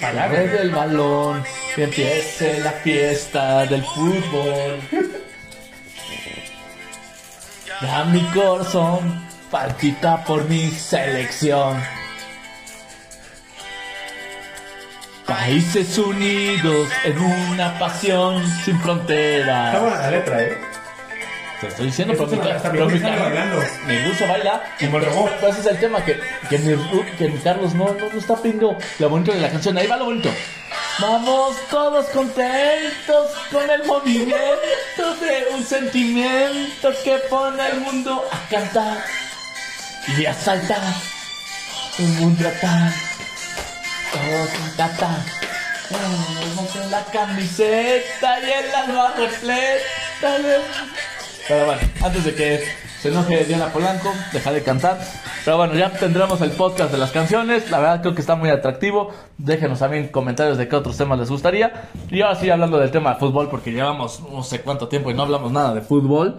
Palabra. Arrede el balón, que empiece la fiesta del fútbol. Ya mi corazón partita por mi selección. Países Unidos en una pasión sin Está fronteras. buena la letra, ¿eh? Te estoy diciendo, pero Esto mi, suena- ca- hasta mi pero mi Carlos Carlos- bailando. mi ruso baila. Como el robot. Pues ese es el tema que, que, mi, Ru- que mi Carlos no, no, no está pingo. Lo bonito de la canción, ahí va lo bonito. Vamos todos contentos con el movimiento de un sentimiento que pone al mundo a cantar y a saltar. Un mundo tan, todos cantar. Con la camiseta y el alma repleta de pero bueno, antes de que se enoje Diana Polanco, deja de cantar. Pero bueno, ya tendremos el podcast de las canciones. La verdad creo que está muy atractivo. Déjenos también comentarios de qué otros temas les gustaría. Y ahora sí, hablando del tema de fútbol, porque llevamos no sé cuánto tiempo y no hablamos nada de fútbol.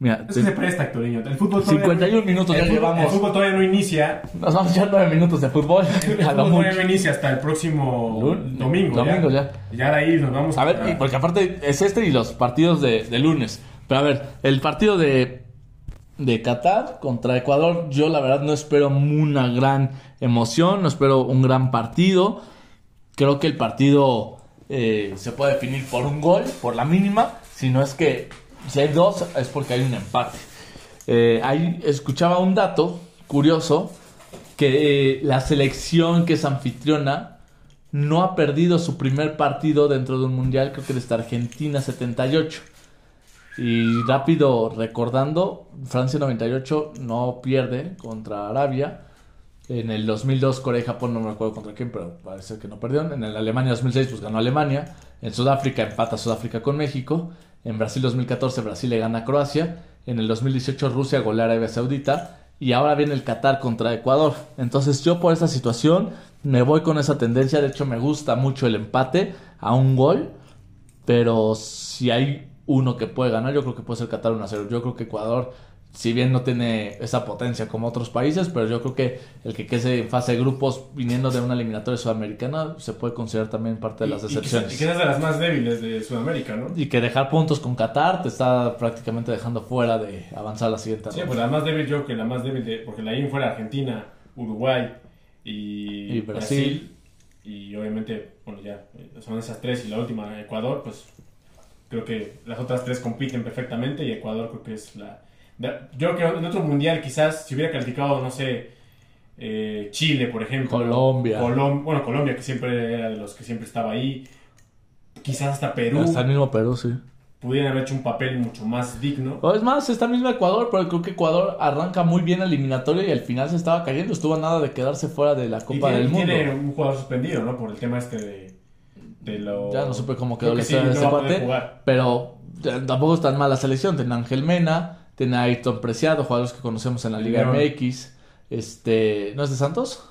Mira, Es que se presta, Hectorinho. El fútbol todavía. 51 minutos el ya fútbol- El llevamos. fútbol todavía no inicia. Nos vamos ya 9 minutos de fútbol. El A lo fútbol todavía mucho. no inicia hasta el próximo Lun- domingo. domingo, ya. Ya de ahí nos vamos A ver, a- y porque aparte es este y los partidos de, de lunes. Pero a ver, el partido de, de Qatar contra Ecuador, yo la verdad no espero una gran emoción, no espero un gran partido. Creo que el partido eh, se puede definir por un gol, por la mínima. Si no es que si hay dos, es porque hay un empate. Eh, ahí escuchaba un dato curioso que eh, la selección que es anfitriona no ha perdido su primer partido dentro de un mundial, creo que desde Argentina 78. Y rápido recordando, Francia 98 no pierde contra Arabia. En el 2002 Corea y Japón no me acuerdo contra quién, pero parece que no perdieron. En el Alemania 2006 pues ganó Alemania. En Sudáfrica empata Sudáfrica con México. En Brasil 2014 Brasil le gana a Croacia. En el 2018 Rusia golea a Arabia Saudita. Y ahora viene el Qatar contra Ecuador. Entonces yo por esta situación me voy con esa tendencia. De hecho me gusta mucho el empate a un gol. Pero si hay uno que puede ganar, yo creo que puede ser Qatar 1 0. Yo creo que Ecuador, si bien no tiene esa potencia como otros países, pero yo creo que el que quede en fase de grupos viniendo de una eliminatoria sudamericana se puede considerar también parte de las y- y decepciones. que- Y que es de las más débiles de Sudamérica, ¿no? Y que dejar puntos con Qatar te está prácticamente dejando fuera de avanzar a la siguiente Sí, ronda. pues la más débil yo creo que la más débil de, porque la IN fuera Argentina, Uruguay y, Y Brasil. Brasil. Y obviamente, bueno, ya eh, son esas tres y la última, Ecuador, pues creo que las otras tres compiten perfectamente y Ecuador creo que es la... da- Yo creo que en otro mundial quizás si hubiera calificado, no sé, eh, Chile, por ejemplo. Colombia. Colom- bueno, Colombia, que siempre era de los que siempre estaba ahí. Quizás hasta Perú Hasta el mismo Perú, sí. pudieran haber hecho un papel mucho más digno. O es más, está mismo Ecuador, pero creo que Ecuador arranca muy bien la eliminatoria y al final se estaba cayendo. Estuvo a nada de quedarse fuera de la Y Copa tiene, del Mundo. tiene un jugador suspendido, ¿no? Por el tema este de, de lo... Ya no supe cómo Creo quedó que la sí, no historia de este va a poder cuate, jugar. pero eh, tampoco es tan mala selección. Tiene a Ángel Mena, tiene a Ayrton Preciado, jugadores que conocemos en la Liga León. MX. Este, ¿no es de Santos?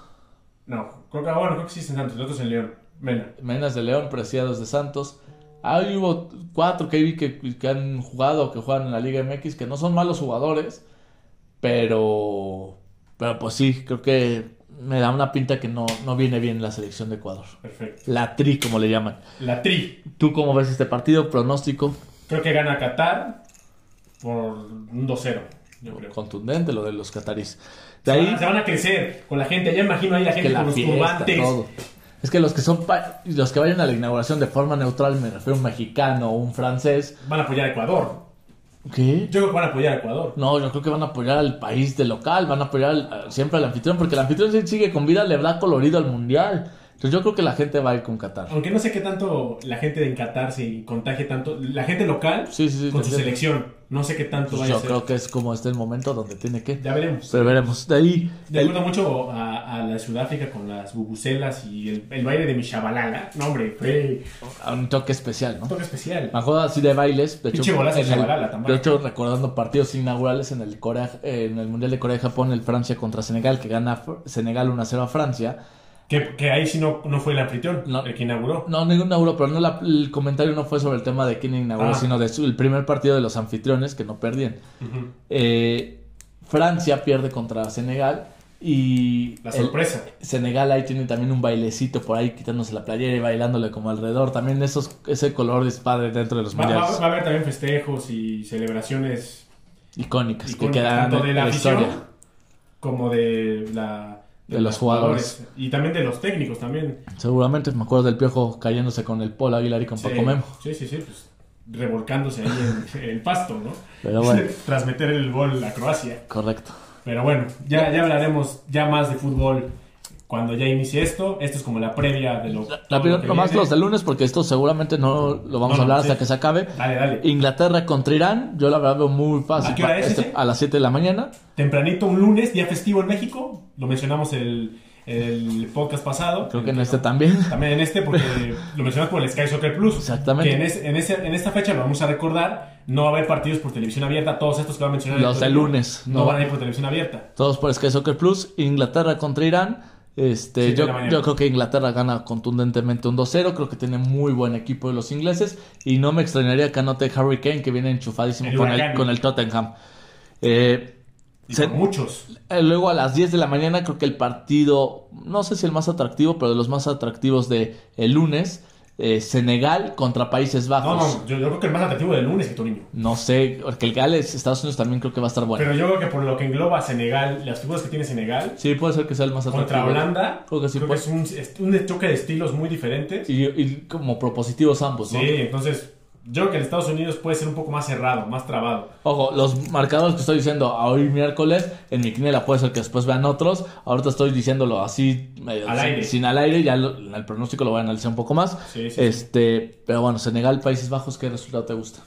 No, creo que, ah, bueno, creo que sí es en Santos, el otro es en León. Mena. Mena es de León, Preciado es de Santos. Ahí hubo cuatro que vi que, que han jugado, que juegan en la Liga MX, que no son malos jugadores, pero, pero pues sí, creo que me da una pinta que no, no viene bien la selección de Ecuador. Perfecto. La tri, como le llaman. La Tri. ¿Tú cómo ves este partido? Pronóstico. Creo que gana Qatar por un 2-0, yo creo. contundente lo de los catarís. Se De ahí van, se van a crecer con la gente. Ya imagino ahí la gente que la con los fiesta, turbantes. todo. Es que los que son pa- los que vayan a la inauguración de forma neutral, me refiero a un mexicano o un francés, Van a apoyar a Ecuador. ¿qué? Yo creo que van a apoyar a Ecuador. No, yo creo que van a apoyar al país de local, van a apoyar al- al- siempre al anfitrión, porque el anfitrión si sigue con vida, le da colorido al mundial. Entonces yo creo que la gente va a ir con Qatar. Aunque no sé qué tanto la gente de en Qatar se contagie tanto. La gente local Sí, sí, sí, con te su entiendo. selección. No sé qué tanto Pues vaya yo a ser. creo que es como este el momento donde tiene que. Ya veremos. Pero veremos. De ahí. Me acuerdo mucho a, a la Sudáfrica con las bubucelas y el, el baile de mi shabalala. No, hombre, fue a un toque especial, un ¿no? toque especial. Me acuerdo así de bailes. De Pinche hecho, golazo en de el- Shabalala, tampoco. de hecho, recordando partidos inaugurales en el, Corea, eh, en el Mundial de Corea y Japón, el Francia contra Senegal, que gana Fr- Senegal 1-0 a Francia. Que, que ahí sí no, no fue el anfitrión No. el que inauguró. No, no inauguró, pero no la- el comentario no fue sobre el tema de quién inauguró, Ah. sino del primer partido de los anfitriones que no perdían. Ujú. Eh, Francia pierde contra Senegal y La el- sorpresa. Senegal ahí tiene también un bailecito por ahí quitándose la playera y bailándole como alrededor. También esos, ese color es padre dentro de los Va, va- mundiales va a haber también festejos y celebraciones icónicas que icónicas, quedan tanto en de la la afición historia. como de la De los jugadores. Y también de los técnicos también. Seguramente me acuerdo del piojo cayéndose con el Polo Aguilar y con Sí, Paco Memo. sí, sí, sí, pues revolcándose ahí en, en el pasto, ¿no? Pero bueno, Tras meter el gol a Croacia. correcto. Pero bueno, ya, ya hablaremos ya más de fútbol cuando ya inicie esto. Esto es como la previa de lo, todo Rápido, lo que nomás viene. los de lunes, porque esto seguramente no lo No, vamos no, a hablar sí. hasta que se acabe. Dale, dale. Inglaterra contra Irán, yo la verdad veo muy fácil. ¿A qué hora es Este, ese? a las 7 de la mañana. Tempranito, un lunes, día festivo en México. Lo mencionamos el, el podcast pasado. Creo que en este también. También en este, porque lo mencionamos por el Sky Soccer Plus. Exactamente. Que en, es- en ese- en esta fecha lo vamos a recordar. No va a haber partidos por televisión abierta. Todos estos que va a mencionar. el Los de Torillo lunes, No, no. van a ir por televisión abierta. Todos por Sky Soccer Plus, Inglaterra contra Irán. Este, Siete yo, de la mañana. yo creo que Inglaterra gana contundentemente un 2-0. Creo que tiene muy buen equipo de los ingleses. Y no me extrañaría que anote Harry Kane, que viene enchufadísimo El con el, huracán. con el Tottenham. Eh, Y se- con muchos. eh, luego a las 10 de la mañana, creo que el partido, no sé si el más atractivo, pero de los más atractivos de el lunes, eh, Senegal contra Países No, Bajos. no, yo, yo creo que el más atractivo del lunes que Torino. No sé, porque el Gales, Estados Unidos también creo que va a estar bueno. Pero yo creo que por lo que engloba Senegal, las figuras que tiene Senegal, Sí, puede ser que sea el más atractivo. contra Holanda, Creo que sí puede. es un, es un choque de estilos muy diferentes. Y, y como propositivos ambos, Sí, pues, ¿no? entonces yo creo que en Estados Unidos puede ser un poco más cerrado, más trabado. Ojo, los marcadores que estoy diciendo hoy miércoles, en mi quiniela puede ser que después vean otros. Ahorita estoy diciéndolo así, medio Al sin, aire. sin al aire, ya lo- el pronóstico lo voy a analizar un poco más. Sí, sí, sí. este, Pero bueno, Senegal, Países Bajos, ¿qué resultado te gusta?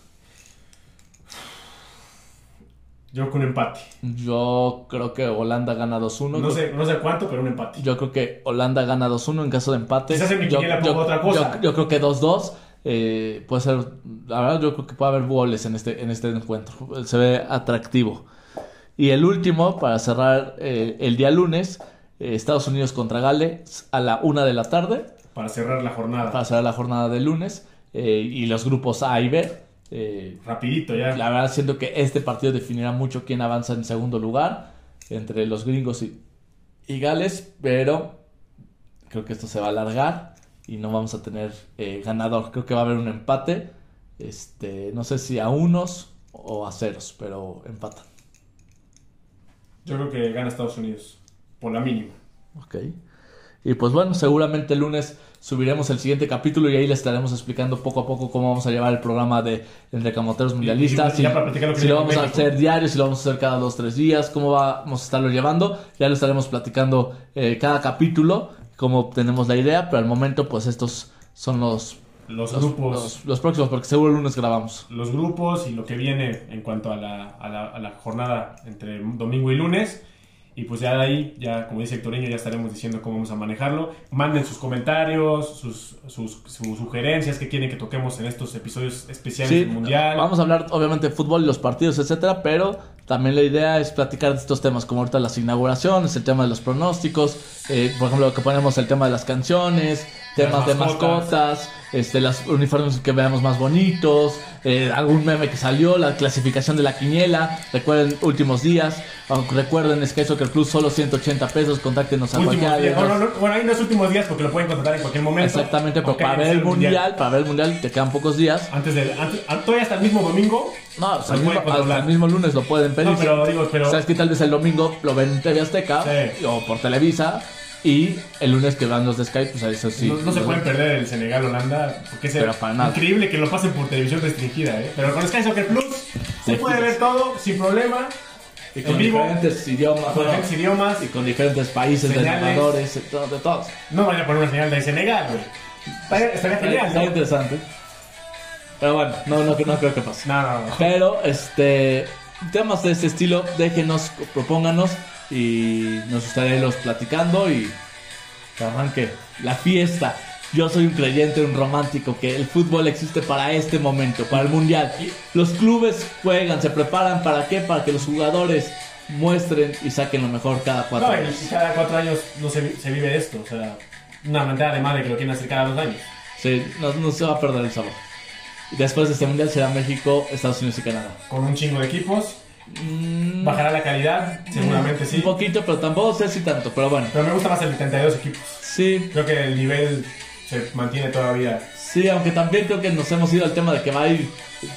Yo creo que un empate. Yo creo que Holanda gana 2-1. No sé, no sé cuánto, pero un empate. Yo creo que Holanda gana 2-1 en caso de empate. Quizás en mi yo, quiniela pongo otra cosa. yo- yo creo que 2-2. eh, puede ser, la verdad, yo creo que puede haber goles en este, en este encuentro. Se ve atractivo. Y el último, para cerrar eh, el día lunes, eh, Estados Unidos contra Gales a la 1 de la tarde, Para cerrar la jornada. para cerrar la jornada de lunes. eh, y los grupos A y B. eh, Rapidito ya. la verdad siento que este partido definirá mucho quién avanza en segundo lugar entre los gringos y, y Gales, pero creo que esto se va a alargar y no vamos a tener eh, ganador. Creo que va a haber un empate, este, no sé si a unos o a ceros, pero empatan. Yo creo que gana Estados Unidos. Por la mínima. Ok. Y pues bueno, seguramente el lunes subiremos el siguiente capítulo y ahí les estaremos explicando poco a poco cómo vamos a llevar el programa de Entre Camoteros Mundialistas. y ya si- para platicar lo que si lo viene vamos con a México. hacer diario, si lo vamos a hacer cada dos, tres días, cómo vamos a estarlo llevando. Ya lo estaremos platicando eh, cada capítulo, cómo tenemos la idea, pero al momento pues estos son los, Los, los- grupos. los- los próximos, porque seguro el lunes grabamos. los grupos y lo que viene en cuanto a la, a la, a la jornada entre domingo y lunes. Y pues ya de ahí, ya como dice Hectorinho, ya estaremos diciendo cómo vamos a manejarlo. Manden sus comentarios, sus, sus, sus sugerencias que quieren que toquemos en estos episodios especiales Sí, del Mundial. vamos a hablar obviamente de fútbol y los partidos, etcétera, pero también la idea es platicar de estos temas, como ahorita las inauguraciones, el tema de los pronósticos, eh, por ejemplo, lo que ponemos el tema de las canciones, temas de mascotas. mascotas, este, los uniformes que veamos más bonitos, eh, algún meme que salió, la clasificación de la quiniela, recuerden últimos días, o recuerden Sky Soccer Plus solo 180 pesos, contáctenos a Últimos cualquiera de días. No, los- no, no, bueno, ahí no es últimos días porque lo pueden contratar en cualquier momento. Exactamente, pero Ok, para ver es el mundial, para ver el mundial te quedan pocos días. Antes del, antes, todavía hasta el mismo domingo. No, hasta Se el, mismo, puede controlar. hasta el mismo lunes lo pueden pedir. No, pero digo, pero. Sabes que tal vez el domingo lo ven en TV Azteca Sí. o por Televisa y el lunes que van los de Skype, pues eso sí. no, no se los- pueden perder el Senegal Holanda porque es Pero para nada. increíble que lo pasen por televisión restringida, ¿eh? Pero con Sky Soccer Plus se puede ver todo sin problema y con en vivo. diferentes idiomas, con Ah, bueno, diferentes idiomas. y con diferentes países, de Señales. ganadores, de todo- de todos. No van a poner una señal de Senegal, güey. Estaría- Estaría Está genial, ¿no? interesante. Pero bueno, no, no, no creo que pase. No, no, no. Pero, este, temas de este estilo, déjenos, propónganos y nos gustaría irlos platicando y que arranque la fiesta. Yo soy un creyente, un romántico, que el fútbol existe para este momento, para el mundial. Los clubes juegan, se preparan para qué, para que los jugadores muestren y saquen lo mejor cada cuatro No, años. y cada cuatro años no se, vi- se vive esto. O sea, una mentada de madre que lo quieren hacer cada dos años. Sí, no, no se va a perder el sabor. Y Después de este mundial será México, Estados Unidos y Canadá. Con un chingo de equipos. Mm, Bajará la calidad, seguramente sí. Un poquito, pero tampoco sé si tanto, pero bueno. Pero me gusta más el de 32 equipos. Sí, Creo que el nivel se mantiene todavía. sí, aunque también creo que nos hemos ido al tema de que va a ir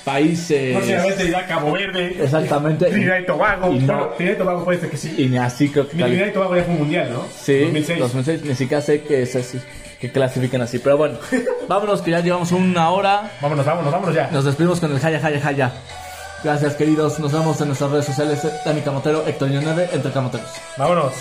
países... Próximamente irá Cabo Verde. Exactamente. Trinidad y Tobago. Y no. Bueno, Trinidad y Tobago puede ser que sí. Y ni así creo que... cali- Trinidad y Tobago ya fue un mundial, ¿no? Sí, 2006. 2006. Ni siquiera sé que es así, que clasifican así. Pero bueno, vámonos que ya llevamos una hora. Vámonos, vámonos, vámonos ya. Nos despedimos con el jaya, jaya, jaya. Gracias, queridos. Nos vemos en nuestras redes sociales. Dani Camotero, Héctor 9 entre Camoteros. Vámonos.